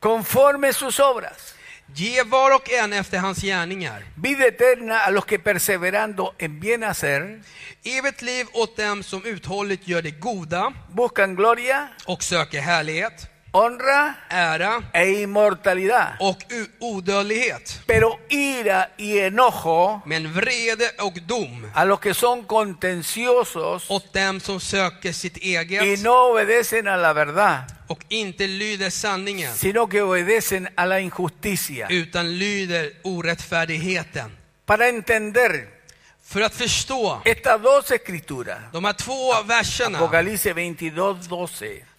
A: conforme sus obras
B: ge var och en efter hans gärningar.
A: vida eterna a los que perseverando en bien hacer
B: Evigt liv åt dem som uthålligt gör det goda
A: buscan gloria,
B: och söker härlighet,
A: honra
B: ära
A: e inmortalidad.
B: och u- odödlighet.
A: Pero ira y enojo
B: Men vrede och dom
A: a los que son contenciosos
B: åt dem som söker sitt
A: y
B: eget
A: no obedecen a la verdad.
B: och inte lyder sanningen
A: sino que obedecen a la injusticia.
B: utan lyder orättfärdigheten.
A: Para entender
B: För att förstå
A: estas dos escrituras,
B: de här två verserna,
A: Apocalipsis 22, 12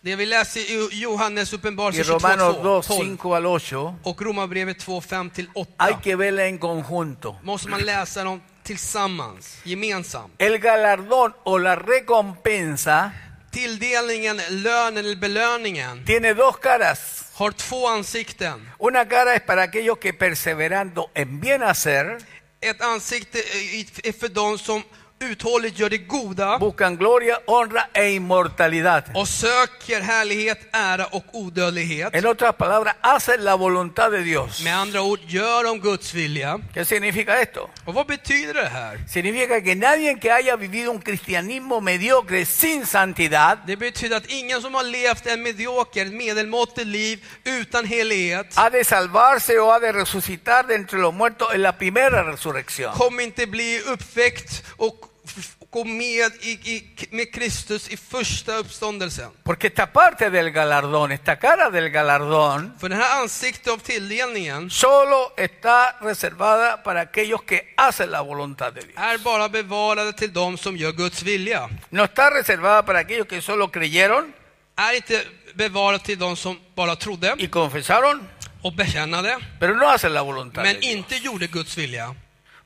B: det vi läser i Johannes
A: y
B: uppenbarelse
A: Romanos
B: 22,
A: 2,
B: 12
A: 5 al 8,
B: och Romarbrevet 2, 5-8
A: hay que verla en conjunto.
B: måste man läsa dem tillsammans, gemensamt.
A: El galardón o la recompensa
B: Tilldelningen, lönen eller belöningen
A: tiene dos caras.
B: har två ansikten.
A: Una cara es para aquellos que perseverando en bien hacer,
B: Ett ansikte är- är för de som uthålligt gör det goda
A: buscan gloria, honra e inmortalidad.
B: och söker härlighet, ära och odödlighet.
A: En otras palabras, hacen la voluntad de Dios.
B: Med andra ord, gör de Guds vilja.
A: ¿Qué significa esto?
B: Och vad betyder det här?
A: Significa que nadie que haya vivido un cristianismo mediocre sin santidad
B: Det betyder att ingen som har levt en medioker, medelmåttigt liv utan helighet
A: ha de salvarse o ha de resucitar de entre los muertos en la primera resurrección.
B: kommer inte bli uppväckt och f- gå med i, i, med Kristus i första uppståndelsen.
A: Porque esta parte del galardón, esta cara del galardón,
B: För den här ansiktet av tilldelningen
A: solo está reservada para aquellos que hacen la voluntad de Dios.
B: är bara bevarade till de som gör Guds vilja.
A: No está reservada para aquellos que solo creyeron
B: Är inte bevarad till de som bara trodde
A: y confesaron,
B: och bekännade,
A: pero no hacen la voluntad de
B: men
A: Dios.
B: inte gjorde Guds vilja.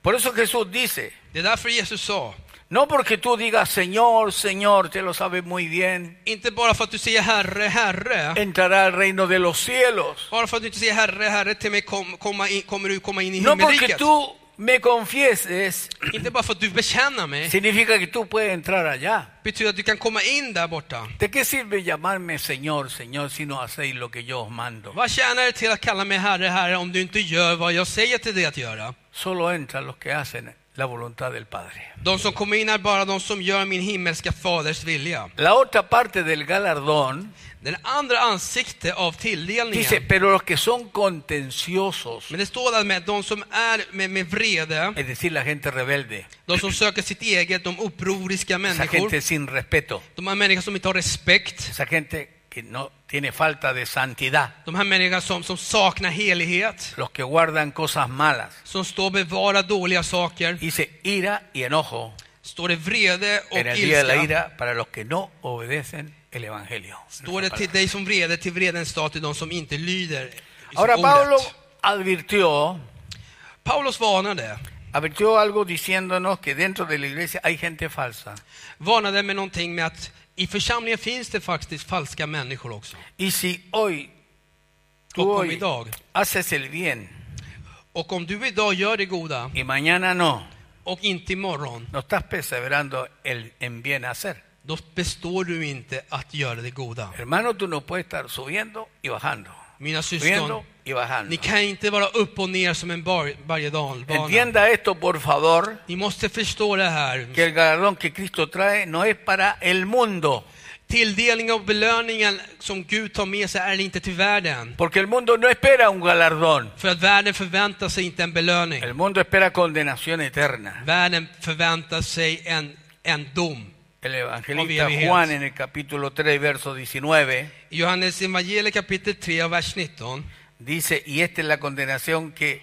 A: Por eso Jesús dice,
B: Det är därför Jesus sa,
A: no porque tú digas Señor, Señor, te lo sabes muy bien,
B: inte bara för att du säger Herre, Herre,
A: entrará al reino de los cielos.
B: bara för att du inte säger Herre, Herre till mig kom, komma in, kommer du komma in i
A: No porque
B: himmelriket.
A: tú me confieses,
B: Inte bara för att du bekänner mig,
A: significa que tú puedes entrar allá.
B: betyder att du kan komma in där borta.
A: ¿De qué sirve llamarme Señor, Señor, si no hacéis lo que yo os mando?
B: Vad tjänar det till att kalla mig Herre, Herre om du inte gör vad jag säger till dig att göra?
A: Solo entran los que hacen la voluntad del Padre.
B: De som kommer in är bara de som gör min himmelska faders vilja.
A: La otra parte del galardón
B: Den andra ansikte av
A: dice,
B: tilldelningen.
A: pero los que son contenciosos,
B: Men det står där med de som är med, med vrede,
A: es decir, la gente rebelde,
B: de som söker sitt eget, de upproriska
A: esa
B: människor.
A: gente sin respeto,
B: De här människorna som inte har respekt.
A: esa gente que no tiene falta de santidad,
B: De här människorna som, som saknar helighet.
A: los que guardan cosas malas.
B: Som står och bevarar dåliga saker.
A: Dice ira y enojo
B: Står det vrede
A: en
B: och
A: el día de la
B: ilska.
A: ira para los que no obedecen el Evangelio.
B: Står det till dig som vrede, till vredens dag, till de som inte lyder. i
A: Ahora
B: ordet.
A: Pablo advirtió
B: Paulus varnade
A: Abrió algo diciéndonos que dentro de la iglesia hay gente falsa.
B: Varnade med någonting med att i församlingen finns det faktiskt falska människor också.
A: Y si hoy tú
B: Och om
A: hoy
B: idag.
A: haces el bien
B: Och om du idag gör det goda
A: y mañana no,
B: och inte imorgon,
A: no estás perseverando el- en bien hacer.
B: då består du inte att göra det goda.
A: Hermano, tú no puedes estar subiendo y bajando.
B: Mina syskon,
A: Subiendo y bajando.
B: ni kan inte vara upp och ner som en bar, varje dag.
A: Entienda esto, por favor,
B: Ni måste förstå det här.
A: que el galardón que Cristo trae no es para el mundo,
B: Tilldelningen och belöningen som Gud tar med sig är inte till världen.
A: porque el mundo no espera un galardón.
B: För att världen förväntar sig inte en belöning.
A: El mundo espera condenación eterna.
B: Världen förväntar sig en, en dom.
A: El evangelista
B: Obviamente.
A: Juan en el capítulo 3, verso 19,
B: I Johannes evangeliet kapitel 3 och vers 19.
A: dice, y esta es la condenación que...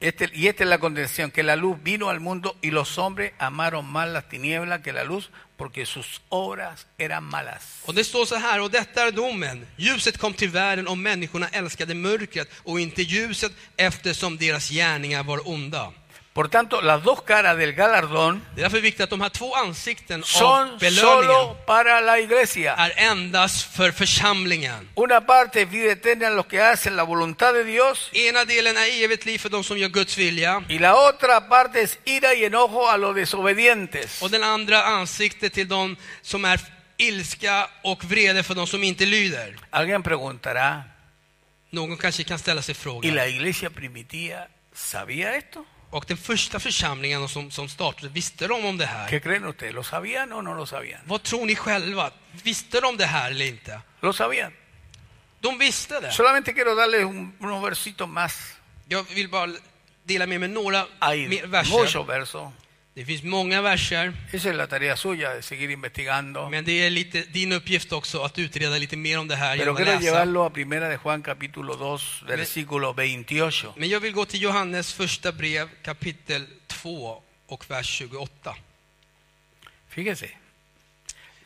A: este- y esta es la condenación, que la luz vino al mundo y los hombres amaron más las tinieblas que la luz porque sus obras eran malas.
B: Och det står så här, och detta är domen. Ljuset kom till världen och människorna älskade mörkret och inte ljuset eftersom deras gärningar var onda.
A: Por tanto, las dos caras del galardón
B: Det är därför viktigt att de här två ansikten av
A: son
B: belöningen
A: solo para la iglesia.
B: är endast för församlingen.
A: Una parte es vida eterna en los que hacen la voluntad de Dios
B: Ena delen är evigt liv för de som gör Guds vilja
A: y la otra parte es ira y enojo a los desobedientes.
B: och den andra ansiktet till de som är ilska och vrede för de som inte lyder.
A: Alguien preguntará,
B: Någon kanske kan ställa sig
A: ¿y
B: frågan.
A: la iglesia primitiva sabía esto?
B: Och den första församlingen som, som startade, visste de om det här?
A: ¿Qué creen ustedes? ¿Lo sabían o no lo sabían?
B: Vad tror ni själva? Visste de det här eller inte?
A: Lo sabían.
B: De visste det.
A: Solamente quiero darles un- unos versitos más.
B: Jag vill bara dela med mig några
A: Hay
B: mer verser.
A: muchos versos.
B: Det finns många verser,
A: Esa es la tarea suya de seguir investigando.
B: men det är lite din uppgift också att utreda lite mer om det här
A: Pero
B: genom att
A: quiero
B: läsa.
A: llevarlo a primera de Juan capítulo 2, versículo 28.
B: Men jag vill gå till Johannes första brev kapitel 2 och vers 28.
A: Fíjese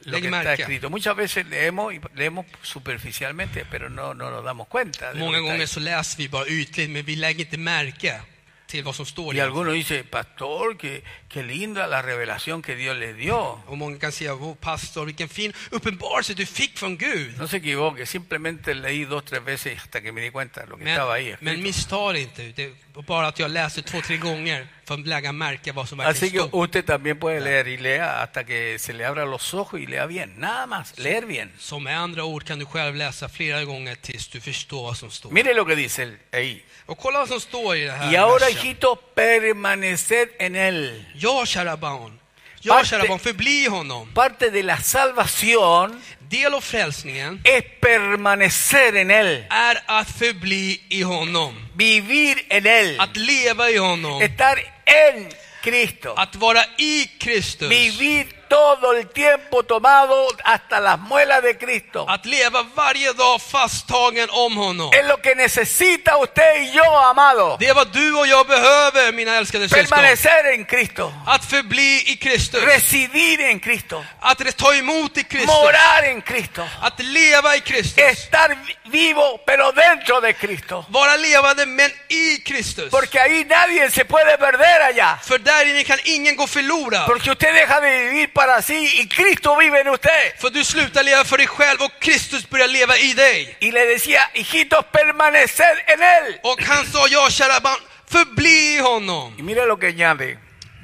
A: lo
B: Ley
A: que
B: marca.
A: está escrito. Muchas veces leemos y leemos superficialmente, pero no, no nos damos cuenta. de lo
B: Många
A: que está
B: gånger så läser vi bara ytligt, men vi lägger inte märke till vad som står
A: ahí. Y
B: där.
A: algunos dicen, pastor, qué, qué linda la revelación que Dios les dio.
B: Och många kan säga, "Åh, pastor, vilken fin uppenbarelse du fick från Gud.
A: No se equivoque, simplemente leí dos, tres veces hasta que me di cuenta de lo que estaba ahí.
B: Men,
A: escrito.
B: men misstar inte, det var bara att jag läste två, tre gånger för att lägga märke vad som
A: Así que
B: verkligen stod.
A: usted también puede leer y lea hasta que se le abra los ojos y lea bien. Nada más, leer bien.
B: Så med andra ord kan du själv läsa flera gånger tills du förstår vad som står.
A: Mire lo que dice el- ahí.
B: Och kolla vad som står i det här.
A: Y ahora,
B: versen.
A: hijitos, permaneced en él.
B: Ja, kära barn. Ja,
A: Parte-
B: kära barn, förbli i honom.
A: Parte de la salvación
B: Del av frälsningen
A: es permanecer en Él,
B: är att förbli i honom.
A: vivir en Él,
B: Att leva i honom.
A: estar en Cristo,
B: Att vara i Kristus.
A: vivir todo el tiempo tomado hasta las muelas de Cristo.
B: Att leva varje dag fasttagen om honom.
A: Es lo que necesita usted y yo, amado.
B: Det är vad du och jag behöver, mina älskade syskon.
A: Permanecer en Cristo,
B: Att förbli i Kristus.
A: residir en Cristo,
B: Att ta emot i Kristus.
A: morar en Cristo,
B: Att leva i Kristus.
A: estar vi- vivo pero dentro de Cristo.
B: Vara levande men i Kristus.
A: Porque ahí nadie se puede perder allá.
B: För där inne kan ingen gå förlorad.
A: Porque usted deja de vivir para sí y Cristo vive en usted.
B: För du slutar leva för dig själv och Kristus börjar leva i dig.
A: Y le decía, hijitos, permaneced en él.
B: Och han sa, ja kära barn, förbli i
A: Y
B: honom.
A: mira lo que añade.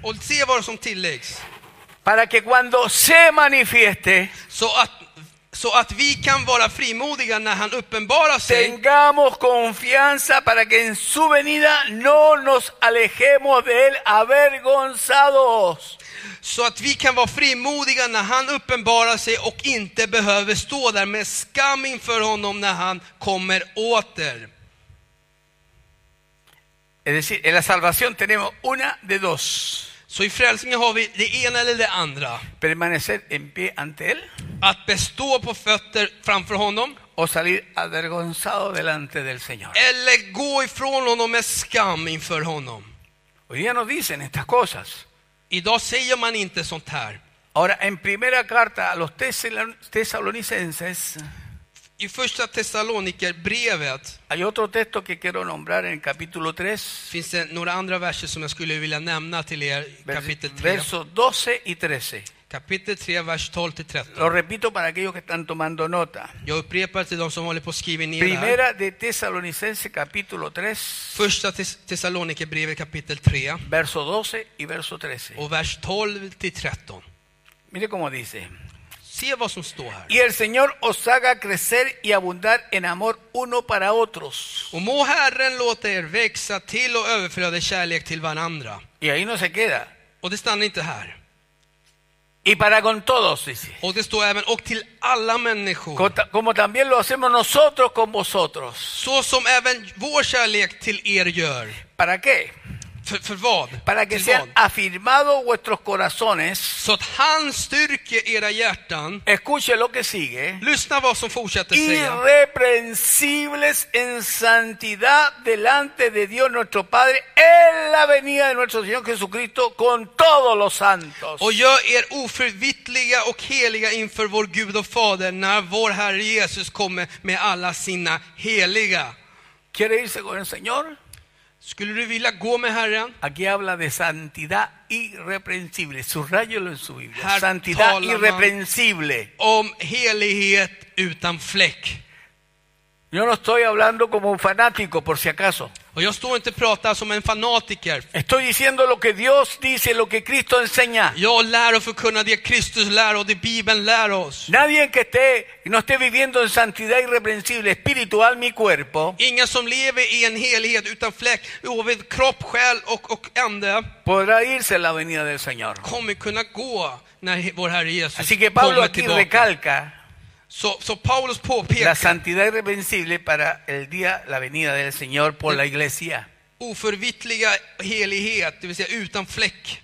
B: Och se vad som tilläggs.
A: Para que cuando se manifieste,
B: Så att, så att vi kan vara frimodiga när han uppenbarar sig.
A: tengamos confianza para que en su venida no nos alejemos de él avergonzados.
B: Så att vi kan vara frimodiga när han uppenbarar sig och inte behöver stå där med skam inför honom när han kommer åter.
A: Es decir, en la salvación tenemos una de dos.
B: Så i frälsningen har vi det ena eller det andra.
A: Permanecer en pie ante él
B: Att bestå på fötter framför honom
A: o salir avergonzado delante del Señor.
B: eller gå ifrån honom med skam inför honom.
A: Hoy día nos dicen estas cosas.
B: Idag säger man inte sånt här.
A: Ahora, en primera carta a los tesalon- tesalonicenses,
B: I första Thessalonikerbrevet
A: Hay otro texto que quiero nombrar en el capítulo 3,
B: finns det några andra verser som jag skulle vilja nämna till er. Kapitel 3,
A: versos 12 y 13.
B: kapitel 3 vers 12 till 13.
A: Lo repito para aquellos que están tomando nota.
B: Jag upprepar till de som håller på att skriva ner det här.
A: Primera de Tesalonicense capítulo 3,
B: Första Tes- Thessalonikerbrevet kapitel 3
A: verso 12 y verso 13.
B: och vers 12 till 13.
A: Mire cómo dice.
B: Se vad som står här.
A: Y el Señor os haga crecer y abundar en amor uno para otros.
B: Och må Herren låta er växa till och överflöda i kärlek till varandra.
A: Y ahí no se queda.
B: Och det stannar inte här.
A: Y para con todos, dice.
B: Och det står även, och till alla människor.
A: Co- Como también lo hacemos nosotros con vosotros.
B: Så som även vår kärlek till er gör.
A: ¿Para qué?
B: För, för vad?
A: Para que
B: till
A: sean
B: vad?
A: afirmados vuestros corazones.
B: Så att han styrker era hjärtan.
A: Escuche lo que sigue.
B: Lyssna vad som fortsätter säga.
A: Irreprensibles en santidad delante de Dios nuestro Padre en la venida de nuestro Señor Jesucristo con todos los santos.
B: Och gör er oförvittliga och heliga inför vår Gud och Fader när vår Herre Jesus kommer med alla sina heliga.
A: ¿Quiere irse con el Señor?
B: Skulle du vilja gå med Herren?
A: Aquí habla de santidad irreprensible. Subrayelo en su Biblia.
B: Her-
A: Santidad
B: Talaman.
A: irreprensible.
B: Om helighet utan fläck.
A: Yo no estoy hablando como un fanático, por si acaso.
B: Och jag står inte och pratar som en fanatiker.
A: Estoy diciendo lo que Dios dice, lo que Cristo enseña.
B: Jag lär och förkunnar det Kristus lär och det Bibeln lär oss.
A: Nadie que esté, no esté viviendo en santidad irreprensible, espiritual, mi cuerpo,
B: Ingen som lever i en helighet utan fläck, oavsett kropp, själ och, och ande,
A: podrá irse a la venida del Señor.
B: kommer kunna gå när he- vår Herre Jesus
A: Así que Pablo
B: kommer
A: aquí
B: tillbaka.
A: recalca
B: Så, så Paulus
A: la
B: påpekar
A: santidad irreprensible para el día, la venida del Señor por la iglesia.
B: oförvittliga helighet, det vill säga utan fläck.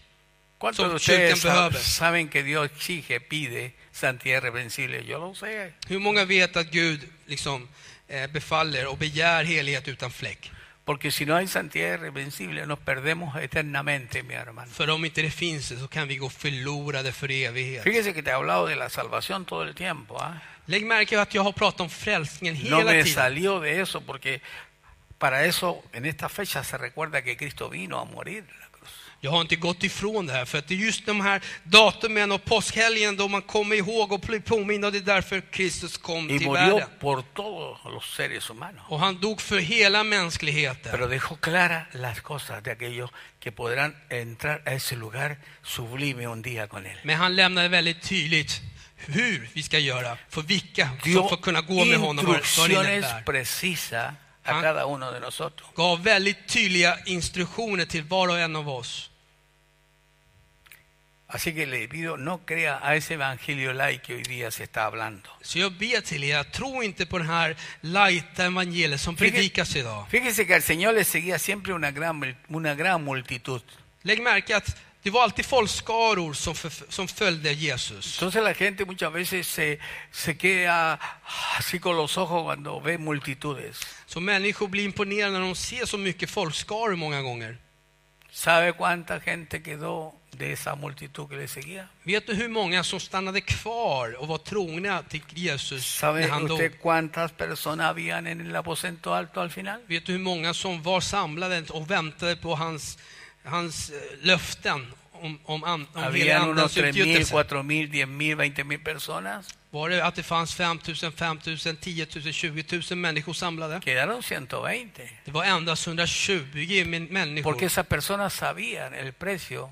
A: ¿Cuántos de
B: Son
A: ustedes
B: Christian
A: sab-
B: Behaves.
A: saben que Dios exige, pide santidad irreprensible? Yo lo sé.
B: Hur många vet att Gud liksom eh, befaller och begär helighet utan fläck?
A: Porque si no hay santidad irreprensible, nos perdemos eternamente, mi hermano.
B: För om inte det finns det så kan vi gå förlorade för evighet.
A: Fíjese que te he hablado de la salvación todo el tiempo. ¿ah?
B: Lägg märke till att jag har pratat om frälsningen
A: No
B: hela
A: me
B: tiden.
A: salió de eso porque para eso en esta fecha se recuerda que Cristo vino a morir en la cruz.
B: Jag har inte gått ifrån det här, för att det är just de här datumen och påskhelgen då man kommer ihåg och blir påmind och det är därför Kristus kom
A: Y
B: till
A: murió
B: världen.
A: por todos los seres humanos.
B: Och han dog för hela mänskligheten.
A: Pero dejó claras las cosas de aquellos que podrán entrar a ese lugar sublime un día con Él.
B: Men han lämnade väldigt tydligt hur vi ska göra, för vilka som
A: dio
B: får kunna gå med honom. vad- vad det
A: instrucciones
B: innebär.
A: precisas a
B: Ah.
A: cada uno de nosotros.
B: Gav väldigt tydliga instruktioner till var och en av oss.
A: Así que le pido, no crea a ese evangelio laico que hoy día se está hablando.
B: Så jag ber till er, tro inte på den här lighta evangeliet som
A: Vilket-
B: predikas idag.
A: Fíjese que al Señor le seguía siempre una gran, una gran multitud.
B: Lägg märke att det var alltid folkskaror som, förf- som följde Jesus.
A: Entonces la gente muchas veces se, se queda así con los ojos cuando ve multitudes.
B: Så människor blir imponerade när de ser så mycket folkskaror många gånger.
A: ¿Sabe cuánta gente quedó de esa multitud que le seguía?
B: Vet du hur många som stannade kvar och var trogna till Jesus när
A: ¿Sabe
B: han dog?
A: usted cuántas personas habían en el aposento alto al final?
B: Vet du hur många som var samlade och väntade på hans, hans eh, löften om, om, an, om hela
A: Habían unos
B: andens
A: 3.000,
B: utgjutelse?
A: 4.000, 10.000, 20.000 personas.
B: Var det att det fanns 5 000, 5 000, 10 000, 20 000 människor samlade?
A: Quedaron 120.
B: Det var endast 120 min-
A: Porque
B: människor.
A: esas personas sabían el precio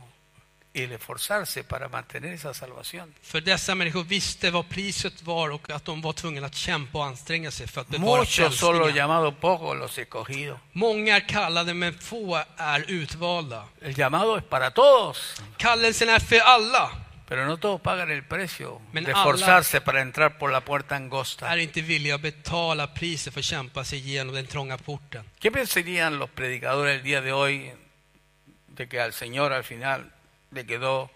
A: y el esforzarse para mantener esa salvación.
B: För dessa människor visste vad priset var och att de var tvungna att kämpa och anstränga sig för att bevara
A: Muchos son los
B: frälsningen.
A: llamados, pocos los escogidos.
B: Många är kallade men få är utvalda.
A: El llamado es para todos,
B: Kallelsen är för alla.
A: pero no todos pagan el precio
B: Men
A: de
B: alla-
A: esforzarse para entrar por la puerta angosta.
B: Är inte villiga att betala priset för att kämpa sig igenom den trånga porten.
A: ¿Qué pensarían los predicadores el día de hoy de que al Señor al final le quedó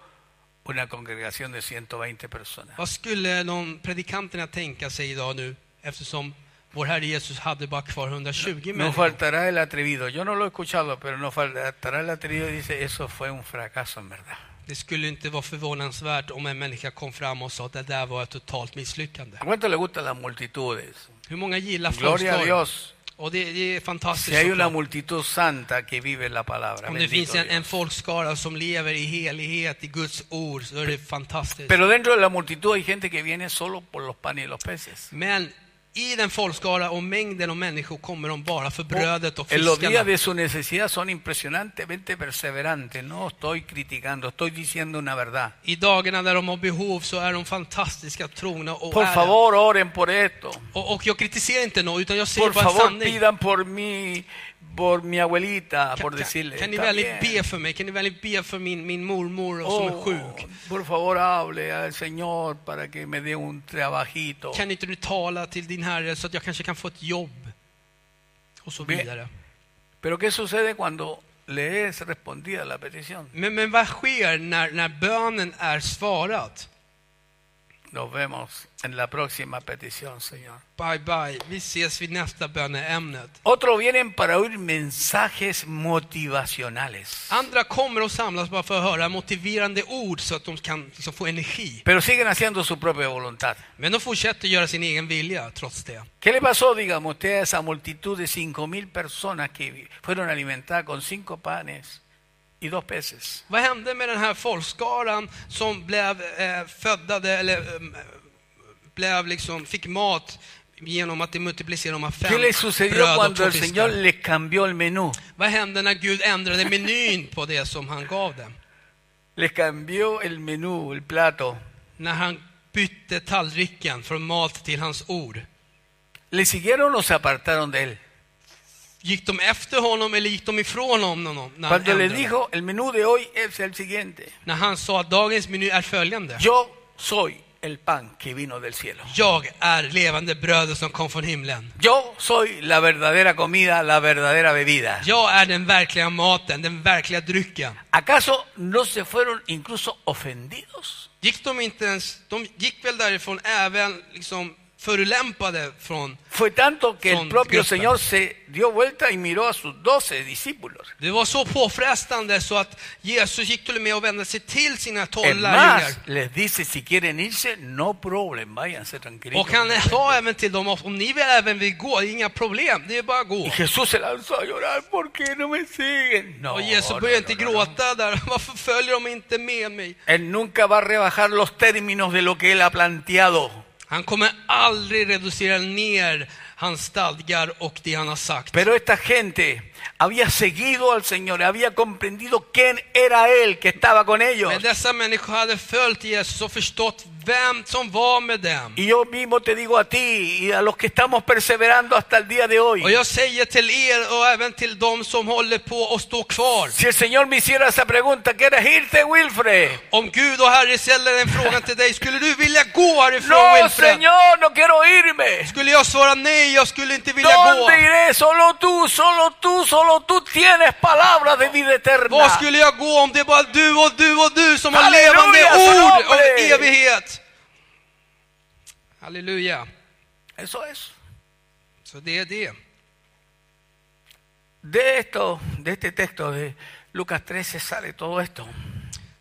A: una congregación de 120 personas?
B: Vad skulle de predikanterna tänka sig idag nu eftersom vår Herre Jesus hade bara kvar 120
A: No
B: människor?
A: faltará el atrevido. Yo no lo he escuchado, pero no faltará el atrevido y dice, eso fue un fracaso en verdad.
B: Det skulle inte vara förvånansvärt om en människa kom fram och sa att det där var ett totalt misslyckande.
A: ¿A cuánto le gustan las multitudes?
B: Hur många gillar
A: Gloria a
B: folkstorm?
A: Dios.
B: Och det, det är
A: Si
B: fantastiskt.
A: hay una
B: såklart.
A: multitud santa que vive la palabra.
B: Om det
A: bendito
B: finns en,
A: Dios.
B: en folkskara som lever i helighet, i Guds ord, så är det fantastiskt.
A: Pero dentro de la multitud hay gente que viene solo por los panes y los peces.
B: Men i den folkskara och mängden av människor kommer de bara för brödet och
A: En los días
B: fiskarna.
A: de su necesidad son impresionantemente perseverantes. No estoy criticando, estoy diciendo una verdad.
B: I dagarna när de har behov så är de fantastiska, trogna och
A: Por
B: ärliga.
A: favor, oren por esto.
B: Och, och jag kritiserar inte någon, utan jag säger
A: Por
B: bara
A: favor,
B: sanning.
A: pidan por mí, por mi abuelita,
B: Kan,
A: por
B: kan,
A: decirle.
B: kan ni
A: "Está
B: väldigt
A: bien".
B: be för mig? Kan ni väldigt be för min, min mormor och som är
A: Oh,
B: sjuk?
A: por favor, hable al Señor para que me dé un trabajito.
B: Kan inte du tala till din herre så att jag kanske kan få ett jobb? Och så
A: Be-
B: vidare.
A: Pero ¿qué sucede cuando le es respondida la petición?
B: Men, men vad sker när, när bönen är svarad?
A: Nos vemos en la próxima petición, Señor.
B: Bye bye, vi ses vid nästa böneämnet.
A: Otros vienen para oír mensajes motivacionales,
B: Andra kommer och samlas bara för att höra motiverande ord så att de kan liksom, få energi.
A: pero siguen haciendo su propia voluntad.
B: Men de fortsätter göra sin egen vilja trots det.
A: ¿Qué le pasó, digamos, usted a esa multitud de 5.000 personas que vi- fueron alimentadas con cinco panes y dos peces?
B: Vad hände med den här folkskaran som blev eh, föddade, eller eh, blev liksom, fick mat genom att de multiplicerade de här fem
A: ¿Qué le sucedió
B: bröd och
A: cuando
B: två
A: el Señor
B: fiskar?
A: les cambió el menú?
B: Vad hände när Gud ändrade menyn på det som han gav dem?
A: Les cambió el menú, el plato.
B: När han bytte tallriken från mat till hans ord.
A: ¿Le siguieron o se apartaron de él?
B: Gick de efter honom eller gick de ifrån honom? När han,
A: Cuando les
B: ändrade?
A: dijo, el menú de hoy es el siguiente.
B: när han sa att dagens meny är följande.
A: Yo soy el pan que vino del cielo.
B: Jag är levande brödet som kom från himlen.
A: Yo soy la verdadera comida, la verdadera bebida.
B: Jag är den verkliga maten, den verkliga drycken.
A: ¿Acaso no se fueron incluso ofendidos?
B: Gick de inte ens, de gick väl därifrån även liksom förolämpade från,
A: Fue tanto que el
B: Son
A: propio
B: fiestas.
A: Señor se dio vuelta y miró a sus doce discípulos.
B: det var så påfrestande så att Jesus gick till och med och vände sig till sina tolv
A: Es
B: lärjungar.
A: más, les dice, si quieren irse, no problem, váyanse tranquilos.
B: Och han sa även till dem, om ni vill även vill gå, det är inga problem, det är bara att gå.
A: Y Jesús se lanzó a llorar, ¿por qué no me siguen? No,
B: Och
A: no,
B: Jesus började inte
A: no, no, no.
B: gråta där, varför följer de inte med mig?
A: Él nunca va a rebajar los términos de lo que Él ha planteado.
B: Han kommer aldrig reducera ner hans stadgar och det han har sagt.
A: Pero esta gente había seguido al Señor, había comprendido quién era Él que estaba con ellos.
B: Men dessa människor hade följt Jesus och förstått vem som var med dem.
A: Y yo mismo te digo a ti y a los que estamos perseverando hasta el día de
B: Och
A: hoy,
B: jag säger till er och även till de som håller på och står kvar.
A: si el Señor me hiciera esa pregunta, ¿quieres irte, Wilfred?
B: Om Gud och Herre ställer den frågan till dig, skulle du vilja gå härifrån
A: No,
B: Wilfred?
A: Señor, no quiero irme.
B: Skulle jag svara nej, jag skulle inte vilja gå.
A: ¿Dónde iré? Solo tú, solo tú, solo tú tienes palabras de vida
B: Var
A: eterna.
B: skulle jag gå om det bara du och du och du som har
A: Halleluja,
B: levande
A: för
B: ord om
A: Amen.
B: evighet? Halleluja.
A: Eso es.
B: Så det är det.
A: De esto, de este texto de Lucas 13 sale todo esto.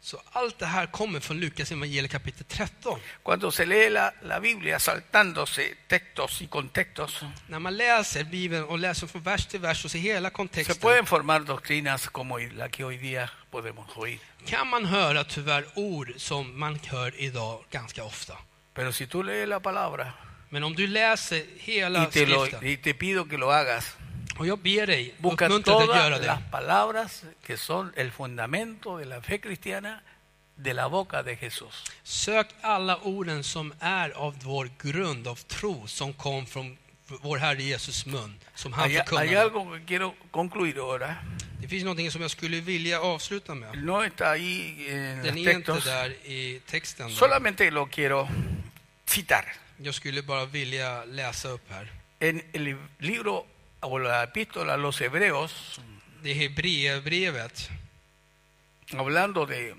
B: Så allt det här kommer från Lukas evangelium kapitel 13.
A: Cuando se lee la, la Biblia saltándose textos y contextos,
B: När man läser Bibeln och läser från vers till vers och ser hela
A: se
B: kontexten
A: pueden formar doctrinas como hoy- la que hoy día podemos oír.
B: kan man höra tyvärr ord som man hör idag ganska ofta.
A: Pero si tú lees la palabra
B: Men om du läser hela
A: y te, lo-
B: skriften,
A: y te pido que lo hagas,
B: och jag ber dig,
A: busca
B: uppmuntra dig att göra
A: todas
B: det.
A: las palabras que son el fundamento de la fe cristiana de la boca de Jesús.
B: Sök alla orden som är av vår grund av tro som kom från vår Herre Jesus mun, som han
A: Hay, hay
B: förkunnade.
A: algo que quiero concluir ahora.
B: Det finns någonting som jag skulle vilja avsluta med.
A: No está ahí en los
B: Den är inte
A: textos.
B: där i texten. då.
A: Solamente lo quiero citar.
B: Jag skulle bara vilja läsa upp här.
A: En el libro o la epístola a los hebreos,
B: Det är Hebreerbrevet.
A: hablando de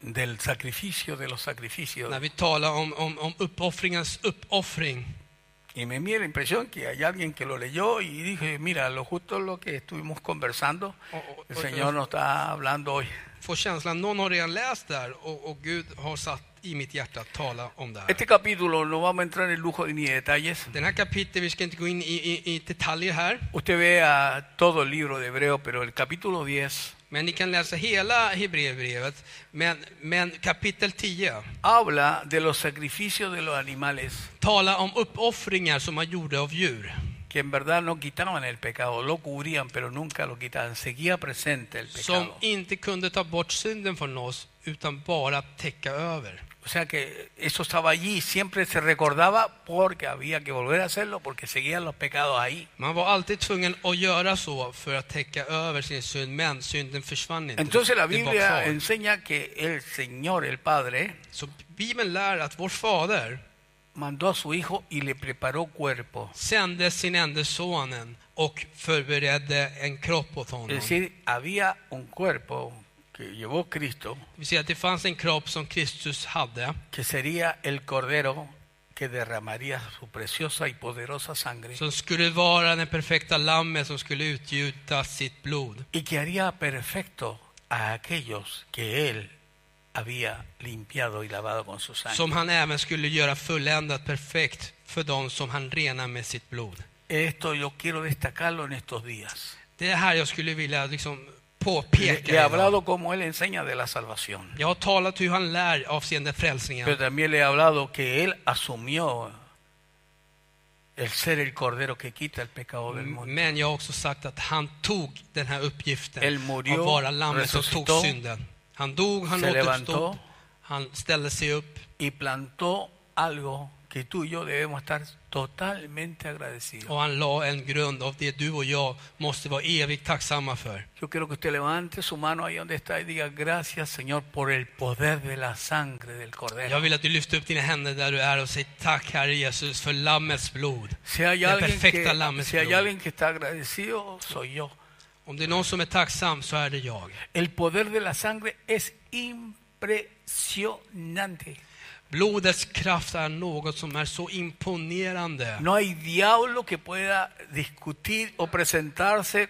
A: del sacrificio de los sacrificios,
B: När vi talar om, om, om uppoffringens uppoffring.
A: y me dio la impresión que hay alguien que lo leyó y dije, mira, lo justo lo que estuvimos conversando,
B: O- o-
A: el
B: o-
A: Señor nos está hablando hoy.
B: får känslan, någon har redan läst där och, och Gud har satt i mitt hjärta att tala om det här.
A: Este capítulo no vamos a entrar en lujo ni de detalles.
B: Den här kapitlet, vi ska inte gå in i, i, i detaljer här,
A: Usted vea todo el libro de Hebreo, pero el capítulo 10
B: men ni kan läsa hela Hebreerbrevet. Men, men kapitel 10
A: habla de los sacrificios de los animales
B: talar om uppoffringar som man gjorde av djur.
A: que en verdad no quitaban el pecado, lo cubrían, pero nunca lo quitaban. Seguía presente el
B: Som
A: pecado.
B: inte kunde ta bort synden från oss, utan bara täcka över.
A: O sea que eso estaba allí, siempre se recordaba porque había que volver a hacerlo, porque seguían los pecados ahí.
B: Man var alltid tvungen att göra så för att täcka över sin synd, men synden försvann inte.
A: Entonces la
B: Den var
A: Biblia
B: kvar.
A: enseña que el Señor, el Padre,
B: Så Bibeln lär att vår fader
A: mandó a su Hijo y le preparó cuerpo.
B: sände sin enda sonen och förberedde en kropp åt honom.
A: Es decir, había un cuerpo que llevó Cristo,
B: Vi ser att det fanns en kropp som Kristus hade,
A: que sería el Cordero que derramaría su preciosa y poderosa sangre
B: som skulle vara den perfekta lammet som skulle utgjuta sitt blod.
A: y que haría perfecto a aquellos que Él había limpiado y lavado con su sangre.
B: som han även skulle göra fulländat perfekt för dem som han renar med sitt blod.
A: Esto yo quiero destacarlo en estos días.
B: Det är här jag skulle vilja liksom
A: Le,
B: påpeka.
A: le he
B: idag.
A: hablado como Él enseña de la salvación,
B: Jag har talat hur han lär avseende
A: pero
B: frälsningen.
A: también le he hablado que Él asumió el ser el Cordero que quita el pecado
B: Mm.
A: del mundo.
B: Men jag har också sagt att han tog den här
A: El
B: uppgiften
A: murió,
B: att vara lammet som tog
A: resucitó,
B: synden. Han dog, han
A: se
B: återuppstod,
A: levantó.
B: han ställde sig upp
A: y plantó algo que tú y yo debemos estar totalmente agradecidos.
B: och han la en grund av det du och jag måste vara evigt tacksamma för.
A: Yo quiero que usted levante su mano ahí donde está y diga gracias Señor por el poder de la sangre del
B: Jag
A: Cordero.
B: vill att du lyfter upp dina händer där du är och säger tack Herre Jesus för Lammets blod.
A: Si hay,
B: del
A: alguien
B: perfecta
A: que,
B: Lammets
A: si hay
B: blod.
A: alguien que está agradecido, soy yo.
B: Om det är någon som är tacksam så är det jag.
A: El poder de la sangre es impresionante.
B: Blodets kraft är något som är så imponerande.
A: No hay diablo que pueda discutir o presentarse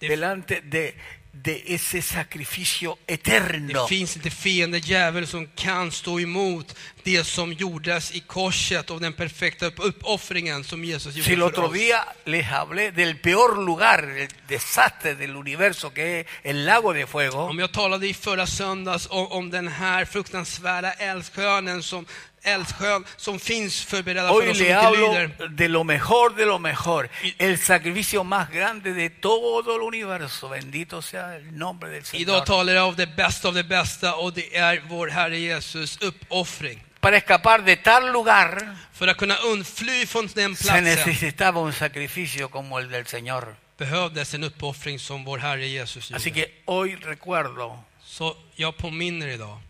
B: De-
A: delante de, de ese sacrificio
B: Det
A: eterno.
B: finns inte fiende djävul som kan stå emot det som gjordes i korset och den perfekta upp- uppoffringen som Jesus gjorde
A: Si el
B: för
A: otro
B: oss.
A: día les hablé del peor lugar, el desastre del universo que es el lago de fuego,
B: Om jag talade i förra söndags om, om den här fruktansvärda eldsjön som, eldsjön som finns förberedda för
A: hoy
B: oss som
A: le
B: inte
A: hablo
B: lyder.
A: de lo mejor de lo mejor,
B: Y-
A: el sacrificio más grande de todo el universo. Bendito sea el nombre del Señor.
B: Idag talar jag om det bästa av det bästa och det är vår Herre Jesus uppoffring.
A: Para escapar de tal lugar
B: För att kunna undfly från den
A: se
B: platsen
A: necesitaba un sacrificio como el del Señor.
B: behövdes en uppoffring som vår Herre Jesus
A: Así
B: gjorde.
A: que hoy recuerdo
B: Så jag påminner idag,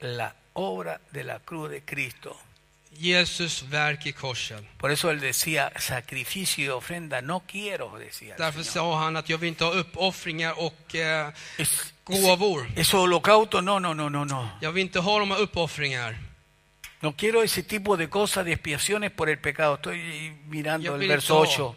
A: la obra de la cruz de Cristo.
B: Jesus verk i korset.
A: Por eso él decía, sacrificio y ofrenda no quiero, decía. el
B: Därför
A: Señor.
B: sa han att jag vill inte ha uppoffringar och eh,
A: Es-
B: gåvor.
A: Eso holocausto, no, no, no, no, no.
B: Jag vill inte ha de här uppoffringar.
A: No quiero ese tipo de cosas, de expiaciones por el pecado. Estoy mirando
B: Jag
A: el
B: vill inte
A: verso
B: ha
A: 8.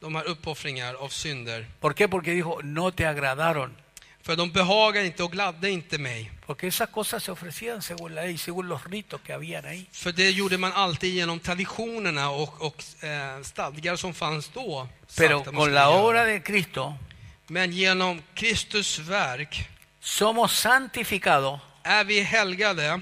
B: de här uppoffringar av synder.
A: ¿Por qué? Porque dijo, no te agradaron.
B: För de behagar inte och gladde inte mig.
A: Porque esas cosas se ofrecían según la ley, según los ritos que habían ahí.
B: För det gjorde man alltid genom traditionerna och, och eh, stadgar som fanns då. sagt
A: Pero
B: att man
A: con
B: skulle
A: la
B: göra.
A: obra de Cristo
B: Men genom Kristus verk
A: somos santificados
B: är vi helgade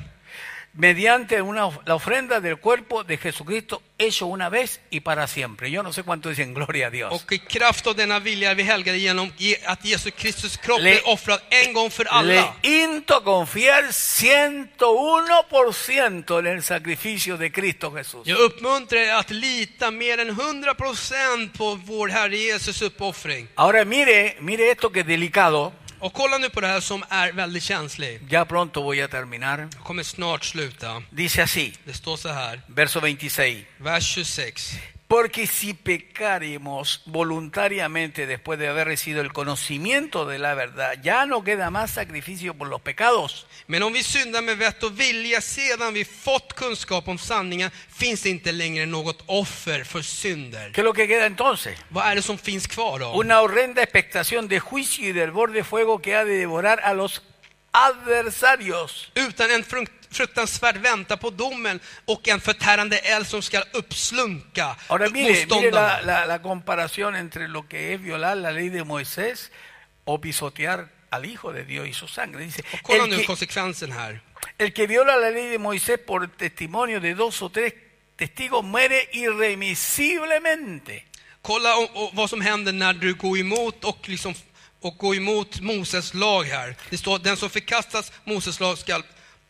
A: mediante una, of- la ofrenda del cuerpo de Jesucristo hecho una vez y para siempre. Yo no sé cuánto dicen gloria a Dios.
B: och i kraft av denna vilja är vi helgade genom ge- att Jesu Kristus kropp
A: Le-
B: är offrad en gång för
A: Le
B: alla.
A: into a confiar 101% en el sacrificio de Cristo Jesús.
B: Jag uppmuntrar er att lita mer än 100% på vår Herre Jesus uppoffring.
A: Ahora mire, mire esto que es delicado.
B: Och kolla nu på det här som är väldigt känsligt.
A: Ya pronto voy a terminar.
B: Jag kommer snart sluta.
A: Dice así,
B: Det står så här,
A: verso 26.
B: vers 26.
A: Porque si pecaremos voluntariamente después de haber recibido el conocimiento de la verdad, ya no queda más sacrificio por los pecados,
B: Men om vi syndar med vett och vilja sedan vi fått kunskap om sanningen finns det inte längre något offer för synder.
A: ¿Qué es lo que queda entonces?
B: Vad är det som finns kvar då?
A: Una horrenda expectación de juicio y del borde de fuego que ha de devorar a los adversarios.
B: utan en frukt- fruktansvärd väntan på domen och en förtärande eld som ska uppslunka
A: Ahora mire, mire
B: motståndarna.
A: la, la- la comparación entre lo que es violar la ley de Moisés o pisotear al Hijo de Dios y su sangre. Dice,
B: Och kolla
A: el
B: nu
A: que,
B: konsekvensen här.
A: el que viola la ley de Moisés por testimonio de dos o tres testigos muere irremisiblemente.
B: Kolla o, o, vad som händer när du går emot och liksom och går emot Moses lag här. Det står den som förkastas Moses lag skall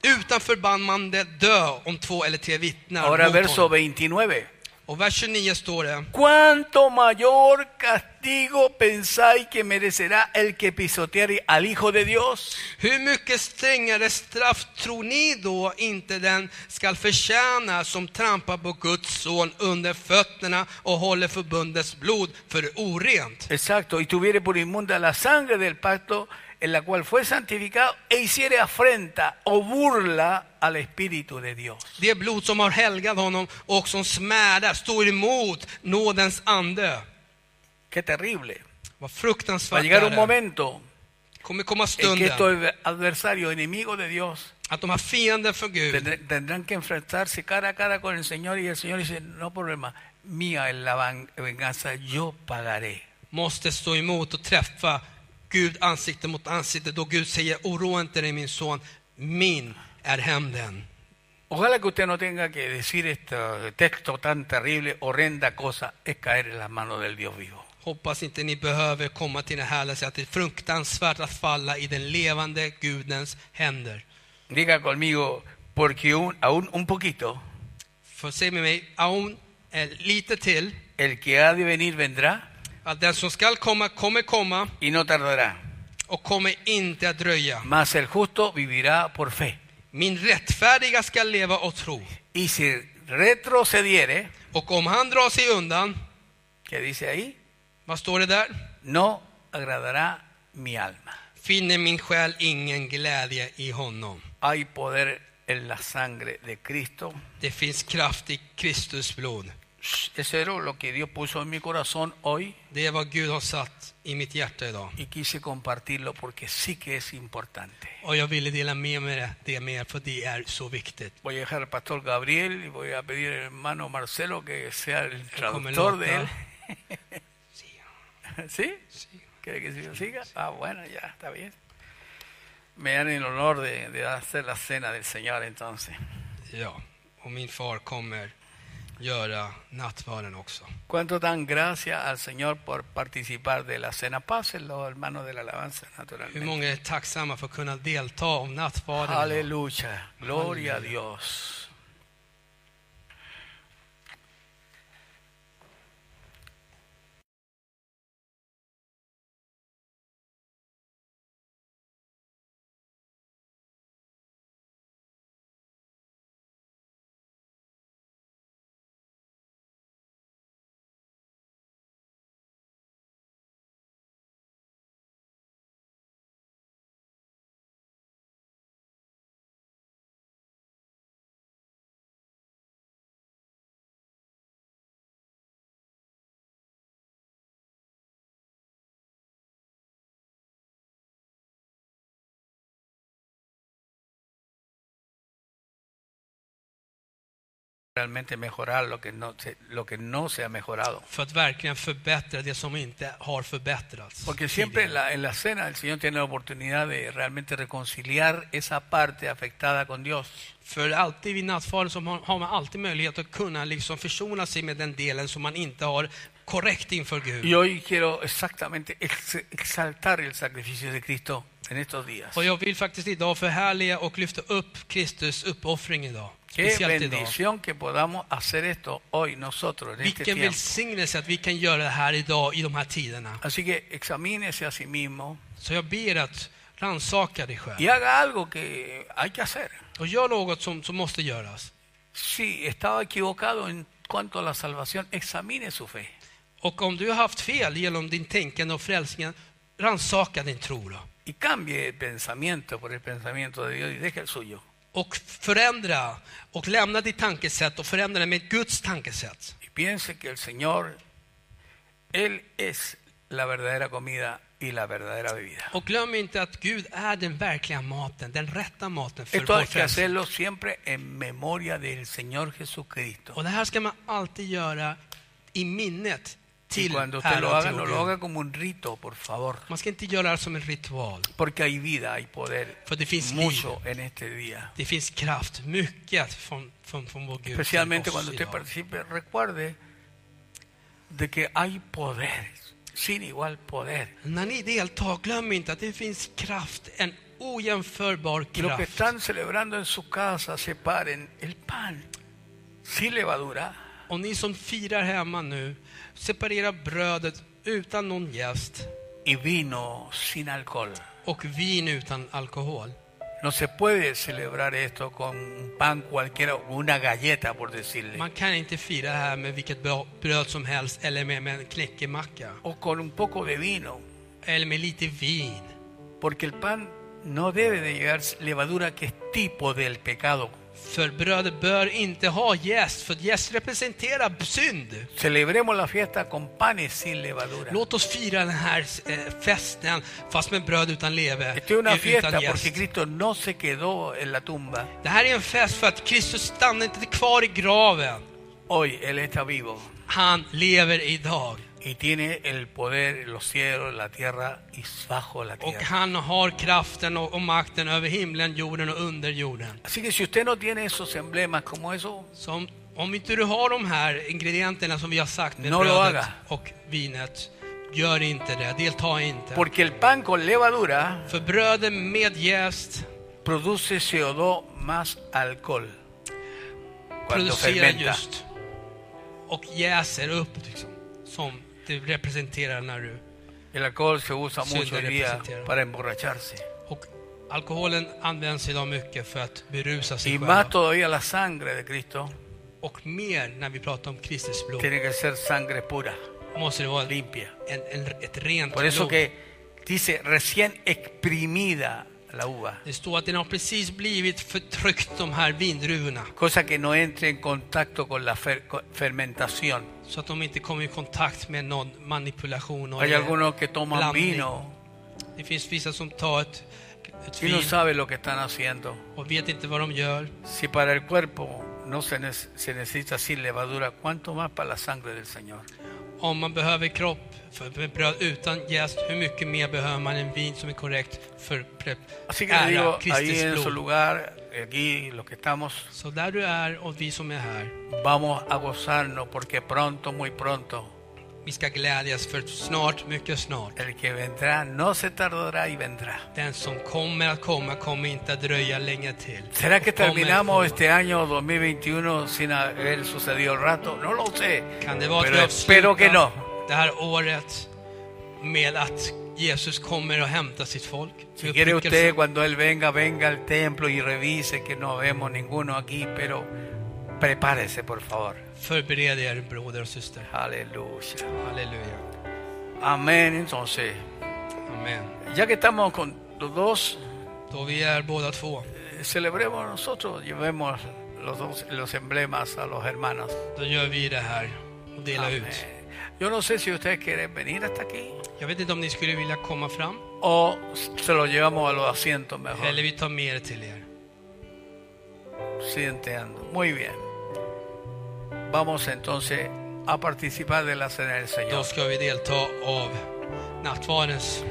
B: utan förbannande dö om två eller tre vittnar
A: Ahora
B: mot
A: verso
B: honom.
A: 29.
B: Och vers 29 står det.
A: ¿Cuánto mayor castigo pensáis que merecerá el que pisoteare al Hijo de Dios?
B: Hur mycket strängare straff tror ni då inte den skall förtjäna som trampar på Guds son under fötterna och håller förbundets blod för orent?
A: Exacto, y tuviere por inmunda la sangre del pacto en la cual fue santificado e hiciere afrenta o burla al Espíritu de Dios.
B: Det blod som har helgat honom och som smädar står emot nådens ande.
A: Qué terrible.
B: Vad
A: Va a
B: fruktansvärt
A: llegar
B: är
A: un
B: det
A: momento
B: kommer komma
A: en que estos
B: stunden
A: adversarios, enemigos de Dios,
B: att de här fienden för Gud,
A: tendrán, tendrán que enfrentarse cara a cara con el Señor y el Señor dice, no problema, mía es la van- venganza, yo pagaré.
B: måste stå emot och träffa Gud ansikte mot ansikte då Gud säger oroa inte dig min son, min är hämnden.
A: Ojalá que usted no tenga que decir este texto tan terrible, horrenda cosa, es caer en las manos del Dios vivo.
B: Hoppas inte ni behöver komma till det här och säga att det är fruktansvärt att falla i den levande Gudens händer.
A: Diga conmigo, porque un- aún un poquito,
B: För säg med mig, aun, eh, lite till,
A: el que ha de venir vendrá
B: att den som skall komma kommer komma
A: y no tardará.
B: och kommer inte att dröja.
A: Mas el justo vivirá por fe.
B: Min rättfärdiga skall leva och tro.
A: Y si retrocediere,
B: Och om han drar sig undan,
A: que dice ahí,
B: vad står det där?
A: no agradará mi alma.
B: Finner min själ ingen glädje i honom.
A: Hay poder en la sangre de Cristo.
B: Det finns kraft i Kristus blod.
A: Shh, Eso era lo que Dios puso en mi corazón hoy
B: Det är vad Gud har satt i mitt hjärta idag.
A: y quise compartirlo porque sí que es importante.
B: Och jag ville dela med mig det- det med er, för det är så viktigt.
A: Voy a dejar al pastor Gabriel y voy a pedir al hermano Marcelo que sea el
B: Como el
A: traductor de
B: otro.
A: él. ¿Sí? ¿Quiere que yo siga? Ah, bueno, ya, está bien. Me dan el honor de, de hacer la cena del Señor entonces.
B: Ja, och min far kommer göra nattvarden också.
A: ¿Cuánto dan gracias al Señor por participar de la cena? Pasen los hermanos de la alabanza,
B: Hur
A: naturalmente.
B: många är tacksamma för att kunna delta om nattvarden? idag?
A: Aleluya, gloria a Dios. Realmente mejorar lo que no se, lo que no se ha mejorado.
B: För att verkligen förbättra det som inte har förbättrats.
A: Porque siempre en
B: tidigare.
A: la, en la cena el Señor tiene la oportunidad de realmente reconciliar esa parte afectada con Dios.
B: För alltid vid nattvarden så har har man alltid möjlighet att kunna liksom försona sig med den delen som man inte har korrekt inför Gud.
A: Y hoy quiero exactamente ex- exaltar el sacrificio de Cristo en estos días.
B: Och jag vill faktiskt idag förhärliga och lyfta upp Kristus uppoffring idag.
A: Qué
B: Speciellt idag.
A: bendición que podamos hacer esto hoy nosotros en este
B: Vilken
A: tiempo.
B: välsignelse att vi kan göra det här idag i de här tiderna.
A: Así que examínese a sí mismo
B: Så jag ber att rannsaka dig själv.
A: y haga algo que hay que hacer.
B: Och gör något som, som måste göras.
A: Si estaba equivocado en cuanto a la salvación, examine su fe.
B: Och om du har haft fel genom din tänkande och frälsningen, rannsaka din tro då.
A: Y cambie el pensamiento por el pensamiento de Dios y deje el suyo.
B: Och förändra och lämna ditt tankesätt och förändra det med Guds tankesätt.
A: Y piense que el Señor, Él es la verdadera comida y la verdadera bebida.
B: Och glöm inte att Gud är den verkliga maten, den rätta maten för
A: Esto
B: vår
A: hay que
B: frälsning.
A: hacerlo siempre en memoria del Señor Jesucristo.
B: Och det här ska man alltid göra i minnet
A: Y
B: till
A: cuando usted
B: ära
A: lo
B: och
A: haga, no
B: till
A: lo
B: Gud.
A: haga como un rito, por favor.
B: Man ska inte göra det som en ritual.
A: Porque hay vida, hay poder,
B: För det finns liv.
A: mucho en este día.
B: Det finns kraft, mycket från, från, från vår Gud till
A: Especialmente
B: oss
A: cuando usted
B: idag.
A: participe, recuerde de que hay poder, sin igual poder.
B: När ni deltar, glöm inte att det finns kraft, en ojämförbar
A: Y los que
B: kraft.
A: están celebrando en su casa, separen el pan sin levadura
B: Och ni som firar hemma nu, separera brödet utan någon jäst
A: y vino sin alcohol.
B: och vin utan alkohol.
A: No se puede celebrar esto con un pan cualquiera, o una galleta, por decirle,
B: Man kan inte fira det här med vilket bra- bröd som helst eller med, med en knäckemacka.
A: o con un poco de vino,
B: Eller med lite vin.
A: porque el pan no debe de llegar levadura que es tipo del pecado.
B: För brödet bör inte ha jäst, för jäst representerar synd.
A: Celebremos la fiesta con panes sin levadura.
B: Låt oss fira den här eh, festen fast med bröd utan leve.
A: Esta es una
B: utan
A: fiesta
B: jäst.
A: porque Cristo no se quedó en la tumba.
B: Det här är en fest för att Kristus stannade inte kvar i graven.
A: Hoy Él está vivo
B: Han lever idag.
A: y tiene el poder, los cielos, la tierra y bajo la
B: Och
A: tierra.
B: han har kraften och, och makten över himlen, jorden och under jorden.
A: Así que si usted no tiene esos emblemas como eso,
B: Så om, om inte du har de här ingredienserna som vi har sagt med
A: No lo
B: brödet
A: haga.
B: och vinet, gör inte det. Delta inte.
A: porque el pan con levadura
B: För brödet med jäst
A: produce CO2 más alcohol cuando
B: producerar
A: fermenta.
B: just och jäser upp liksom, som det representerar när du...
A: El alcohol se usa
B: Sí,
A: mucho hoy
B: le
A: día
B: presentaron.
A: para emborracharse.
B: Och alkoholen används idag mycket för att berusa sig
A: Y
B: själv.
A: más todavía la sangre de Cristo
B: Och mer när vi pratar om Kristus blod
A: tiene que ser sangre pura,
B: måste det vara en,
A: limpia.
B: en, ett rent
A: Por eso
B: blod.
A: que dice recién exprimida la uva,
B: Det står att den har precis blivit förtryckt, de här vindruvorna.
A: cosa que no entre en contacto con la fer- con- fermentación.
B: Så att de inte kommer i kontakt med någon manipulation. Och
A: Hay algunos que toman
B: blandning.
A: vino
B: Det finns vissa som tar ett, ett
A: y no
B: vin
A: saben lo que están haciendo.
B: och vet inte vad de gör.
A: Si para el cuerpo no se, ne- se necesita sin levadura, ¿cuánto más para la sangre del Señor?
B: Om man behöver kropp för för bröd utan jäst, hur mycket mer behöver man en vin som är korrekt för pre-
A: Así que le
B: ära,
A: digo, ahí
B: Kristi
A: en su
B: blod?
A: lugar, aquí los que estamos,
B: Så där du är och vi som är här,
A: vamos a gozarnos porque pronto, muy pronto,
B: vi ska glädjas för snart, mycket snart.
A: el que vendrá no se tardará y vendrá.
B: Den som kommer att komma kommer inte att dröja länge till.
A: ¿Será que
B: Och kommer att komma.
A: terminamos este año 2021 sin haber sucedido el rato? No lo sé.
B: Kan det vara att
A: Pero
B: vi
A: espero que no.
B: avslutar det här året med att Jesus kommer och hämtar sitt folk?
A: Si quiere usted, cuando Él venga, venga al templo y revise que no vemos ninguno aquí, pero prepárese, por favor.
B: Förbered er broder och syster.
A: Aleluya.
B: Halleluja.
A: Amén. Entonces,
B: Amen.
A: ya que estamos con los dos,
B: Då vi är båda två.
A: eh, celebremos nosotros, llevemos los, dos, los emblemas a los hermanos.
B: Då gör vi det här och delar
A: Amén.
B: ut.
A: Yo no sé si ustedes quieren venir hasta aquí
B: Jag vet inte om ni skulle vilja komma fram
A: o se lo llevamos a los asientos mejor.
B: eller vi tar med er till er.
A: Sí, entiendo. Muy bien. Vamos entonces a participar de la cena del
B: Då
A: Señor.
B: ska vi delta av nattvardens.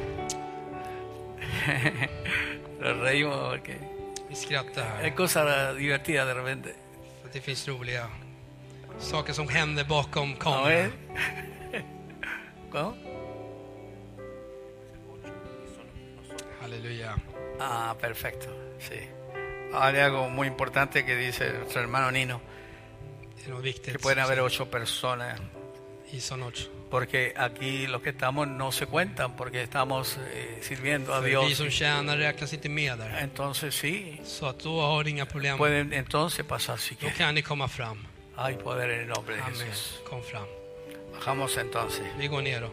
A: Nos reímos porque
B: Vi skrattar
A: hay
B: här.
A: cosas divertidas de repente.
B: För det finns roliga saker som händer bakom
A: ¿No
B: kameran.
A: ves? ¿Cómo?
B: Halleluja.
A: Ah, perfecto. Sí. Hay algo muy importante que dice nuestro hermano Nino,
B: Det är något
A: que
B: viktigt.
A: pueden haber ocho personas,
B: I Sonoch.
A: porque aquí los que estamos no se cuentan, porque estamos eh, sirviendo a
B: För vi
A: Dios.
B: som tjänar räknas inte med där.
A: Entonces sí,
B: Så att då har ni inga problem.
A: pueden entonces pasar si
B: Då
A: quieren.
B: kan ni komma fram.
A: Hay poder en el nombre de
B: Amen.
A: Jesús.
B: Kom fram.
A: Bajamos entonces.
B: Vi går ner då.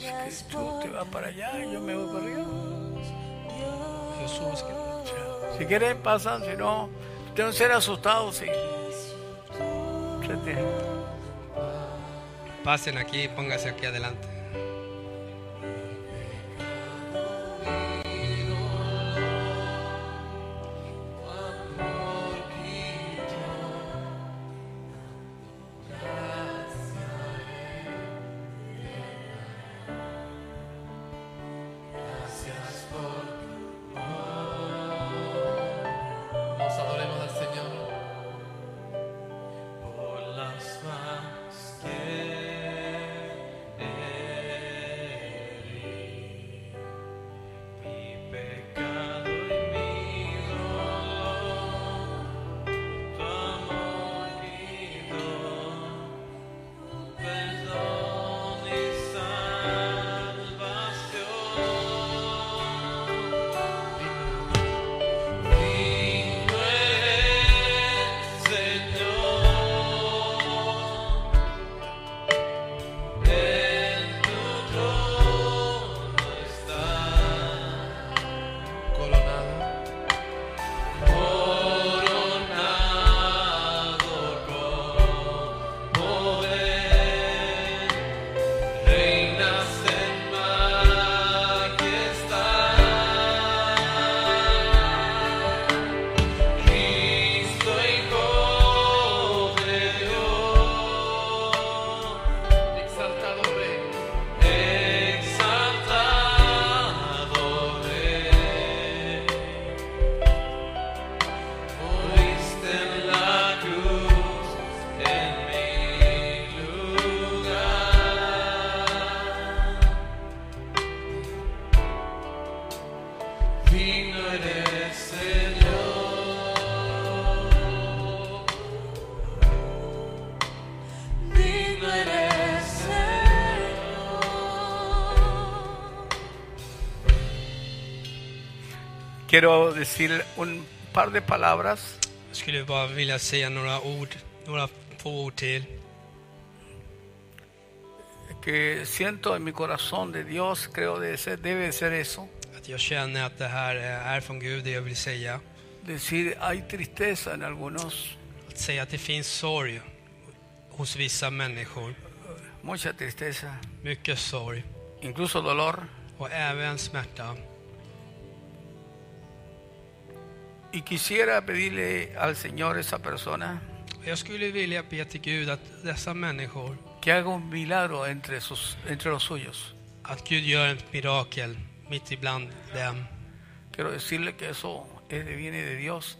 A: que tú te vas para allá y yo me voy corriendo. Jesús, que- si quieren pasan, si no, usted no será asustado, sí. Siete.
B: Pasen aquí y pónganse aquí adelante.
C: Nos adoremos al Señor.
D: Por las más que herí, mi pecado y mi dolor, tu amor y don, perdón y salvación. Digno eres, Señor. En tu trono está
C: Coronado,
D: coronado con poder, reinas en majestad, Cristo Hijo de Dios.
C: exaltado Rey.
D: Exaltado Rey, moriste en la cruz, en mi lugar. Digno eres, Señor. Digno eres, Señor.
A: Quiero decir un par de palabras
B: Jag skulle bara vilja säga några ord, några få ord till.
A: que siento en mi corazón de Dios, creo de ser, debe ser eso.
B: Att jag känner att det här är från Gud, det jag vill säga.
A: Decir, hay tristeza en algunos,
B: Att säga att det finns sorg hos vissa människor.
A: mucha tristeza,
B: Mycket sorg
A: incluso dolor,
B: och även smärta.
A: y quisiera pedirle al Señor esa persona
B: Jag skulle vilja be till Gud att dessa människor,
A: que haga un milagro entre, sus, entre los suyos.
B: att Gud gör ett mirakel mitt ibland dem.
A: Quiero decirle que eso es de, viene de Dios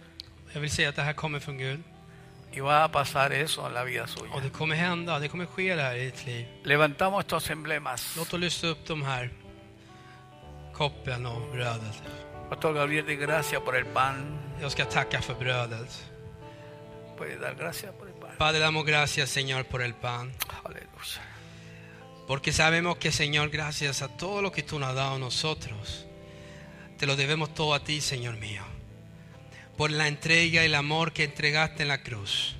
B: Jag vill säga att det här kommer från Gud.
A: y va a pasar eso en la vida
B: Och
A: suya.
B: det kommer hända, det kommer ske det här i ditt liv.
A: Levantamos estos emblemas.
B: Låt oss lyfta upp de här koppen och brödet.
A: Pastor Gabriel, de gracias por el pan.
B: Jag ska tacka för brödet.
A: Puede dar gracias por el pan.
B: Padre, damos gracias Señor por el pan.
A: Aleluya.
B: Porque sabemos que Señor, gracias a todo lo que tú nos has dado a nosotros, te lo debemos todo a ti, Señor mío. Por la entrega y el amor que entregaste en la cruz,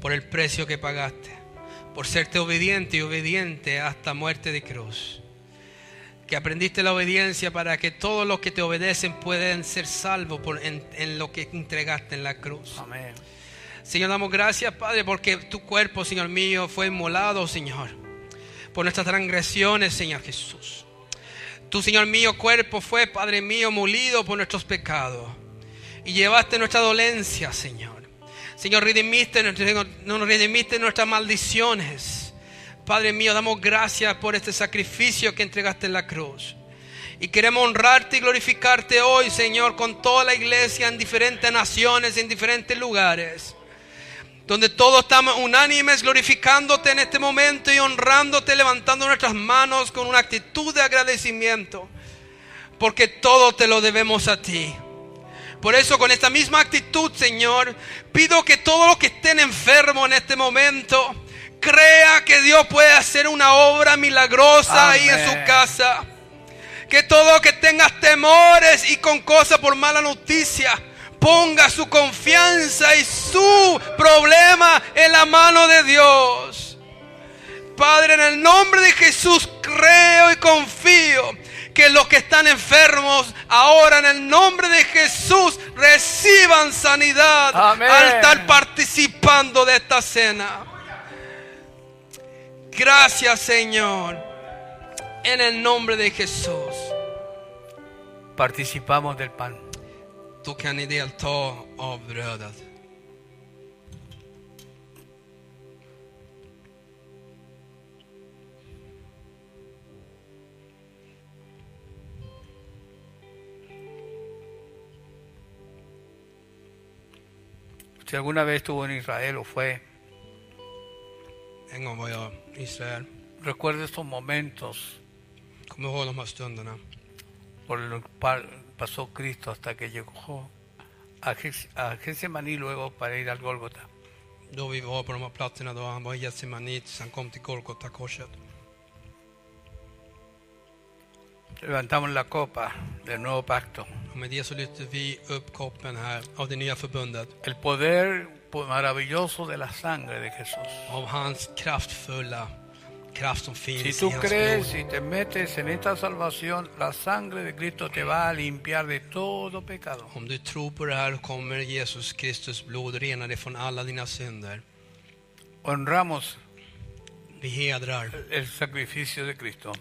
B: por el precio que pagaste, por serte obediente y obediente hasta muerte de cruz. Que aprendiste la obediencia para que todos los que te obedecen puedan ser salvos por- en, en lo que entregaste en la cruz.
A: Amén.
B: Señor, damos gracias, Padre, porque tu cuerpo, Señor mío, fue inmolado, Señor, por nuestras transgresiones, Señor Jesús. Tu, Señor mío, cuerpo fue, Padre mío, molido por nuestros pecados. Y llevaste nuestra dolencia, Señor. Señor, redimiste, nuestro- no nos redimiste nuestras maldiciones. Padre mío, damos gracias por este sacrificio que entregaste en la cruz. Y queremos honrarte y glorificarte hoy, Señor, con toda la iglesia en diferentes naciones, en diferentes lugares. Donde todos estamos unánimes glorificándote en este momento y honrándote, levantando nuestras manos con una actitud de agradecimiento. Porque todo te lo debemos a ti. Por eso con esta misma actitud, Señor, pido que todos los que estén enfermos en este momento, crea que Dios puede hacer una obra milagrosa ahí en su
A: Amén.
B: casa. Que todo que tengas temores y con cosas por mala noticia, ponga su confianza y su problema en la mano de Dios. Padre, en el nombre de Jesús creo y confío que los que están enfermos ahora en el nombre de Jesús reciban sanidad
A: Amén.
B: al estar participando de esta cena. Gracias Señor, en el nombre de Jesús.
A: Participamos del pan.
B: Då kan ni delta av brödet.
A: Si alguna vez estuvo en Israel o fue,
B: En gång var jag i Israel.
A: recuerde estos momentos
B: Kom ihåg de här stunderna.
A: por lo que pa- pasó Cristo hasta que llegó a Ges- a Getsemaní luego para ir al Gólgota.
B: Då vi var på de här platserna då han var i Getsemane tills han kom till Golgata-korset.
A: Levantamos la copa del nuevo pacto.
B: Och med det så lyfter vi upp koppen här av det nya förbundet.
A: El poder po- maravilloso de la sangre de Jesús.
B: Av hans kraftfulla kraft som
A: Si
B: finns i
A: tú
B: hans
A: crees
B: blod.
A: y te metes en esta salvación, la sangre de Cristo te va a limpiar de todo pecado.
B: Om du tror på det här kommer Jesus Kristus blod rena dig från alla dina synder.
A: Honramos
B: Vi hedrar
A: el sacrificio de Cristo.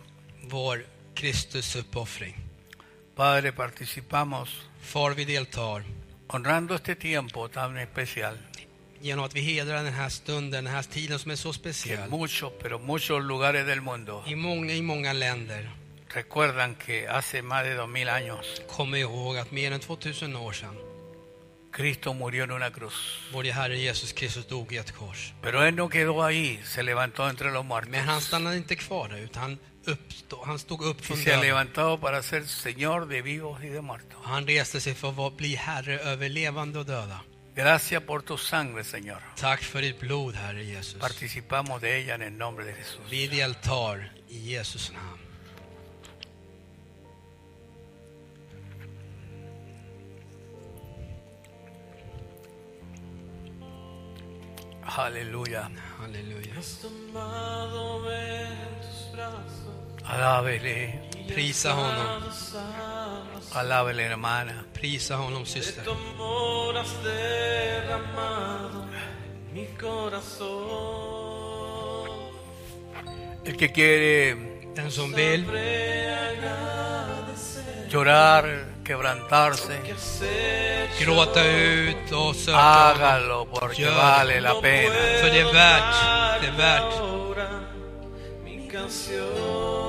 B: vår Kristus uppoffring.
A: Padre, participamos
B: Far, vi deltar
A: honrando este tiempo tan especial.
B: genom att vi hedrar den här stunden, den här tiden som är så
A: Que en
B: speciell.
A: muchos, pero muchos lugares del mundo
B: I många, i många länder
A: recuerdan que hace más de dos mil años
B: kommer ihåg att mer än 2000 år sedan
A: Cristo murió en una cruz.
B: vår Herre Jesus Kristus dog i ett kors.
A: Pero Él no quedó ahí, se levantó entre los muertos.
B: Men han stannade inte kvar där, utan han, uppstå, han stod upp
A: Y
B: från
A: se ha
B: döden.
A: levantado para ser Señor de vivos y de muertos.
B: Han reste sig för att vara- bli herre över levande och döda.
A: Gracias por tu sangre, Señor.
B: Tack för ditt blod, Herre Jesus.
A: Participamos de ella en el nombre de Jesús.
B: Vi deltar i Jesus namn.
A: Aleluya.
B: Halleluja.
D: Tomado en tus brazos,
A: Alábele,
B: Prisa honom.
A: alábele, hermana.
B: Prisa honom, syster.
D: amor has derramado en mi corazón.
A: El que quiere
B: Den som vill
A: llorar, quebrantarse,
B: gråta ut och söka honom.
A: hágalo porque
B: Llora.
A: vale la pena.
B: För det är värt, det är värt.
D: Ahora mi canción.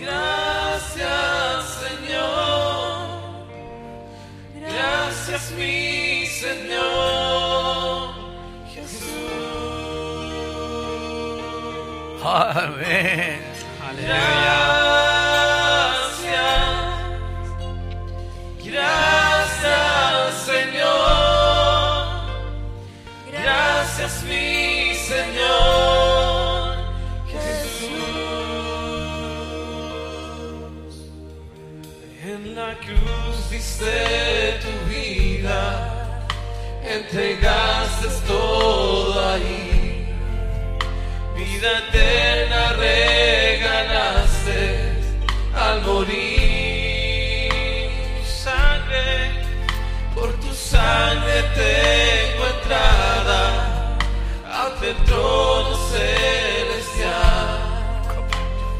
D: Gracias, gracias Señor, gracias mi Señor Jesús.
A: Amén.
B: Halleluja.
D: Gracias, gracias Señor, gracias mi Señor Jesús. En la cruz diste tu vida, entregaste todo ahí vida eterna regalaste al morir. Sangre, por tu sangre tengo entrada ante el trono celestial.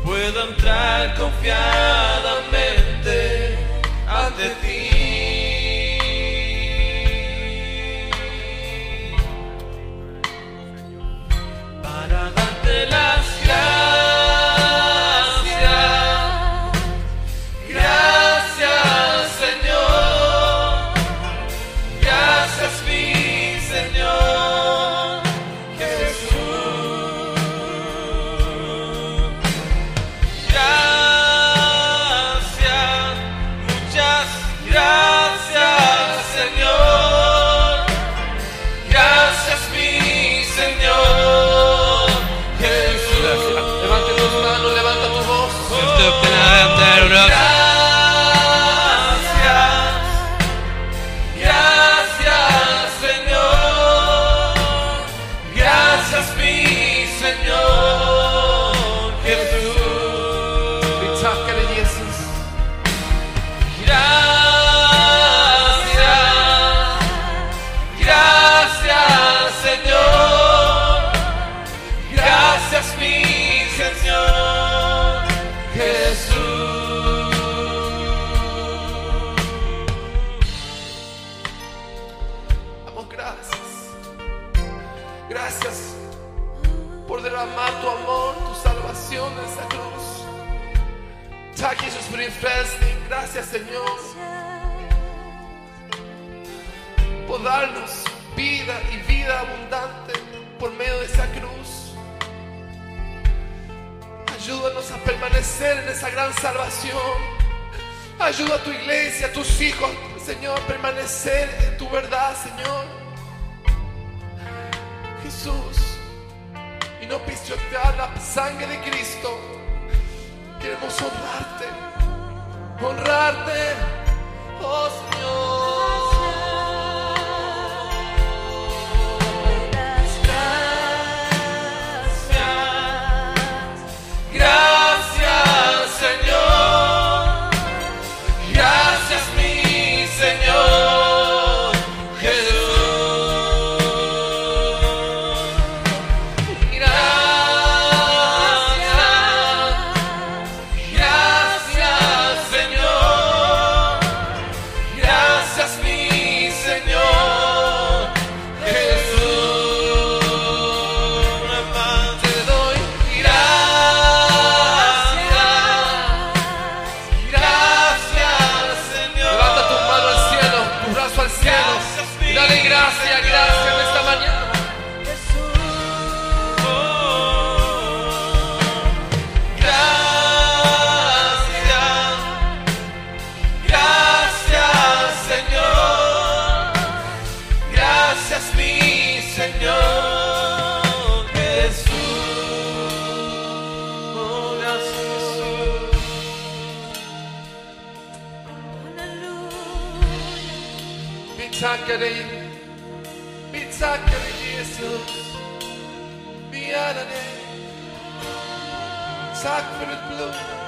D: Puedo entrar confiadamente ante ti para darte las gracias. Gracias, Señor. Gracias, mi Señor Jesús. Gracias, muchas gracias. Oh,
C: Damos gracias. Gracias por derramar tu amor, tu salvación en esa cruz. Tack Jesus för din frälsning. Gracias Señor por darnos vida y vida abundante por medio de esa cruz. Ayúdanos a permanecer en esa gran salvación. Ayuda a tu iglesia, a tus hijos, Señor, a permanecer en tu verdad, Señor. Jesús, y no pisotear la sangre de Cristo. Queremos honrarte, honrarte, oh Señor. Gracias, Señor. Gracias mi Señor Jesús. Gracias, gracias Señor. Gracias mi Señor Jesús. Te doy gracias. Gracias, Señor. Levanta tu mano al cielo, tu brazo al cielo. Y dale gracias, gracias en esta mañana. Gracias, gracias, Señor. Gracias, mi Señor Jesús. Gracias, Jesús. Vi tackar dig. Vi tackar dig Jesus. Vi ärar dig. Tack för ditt blod.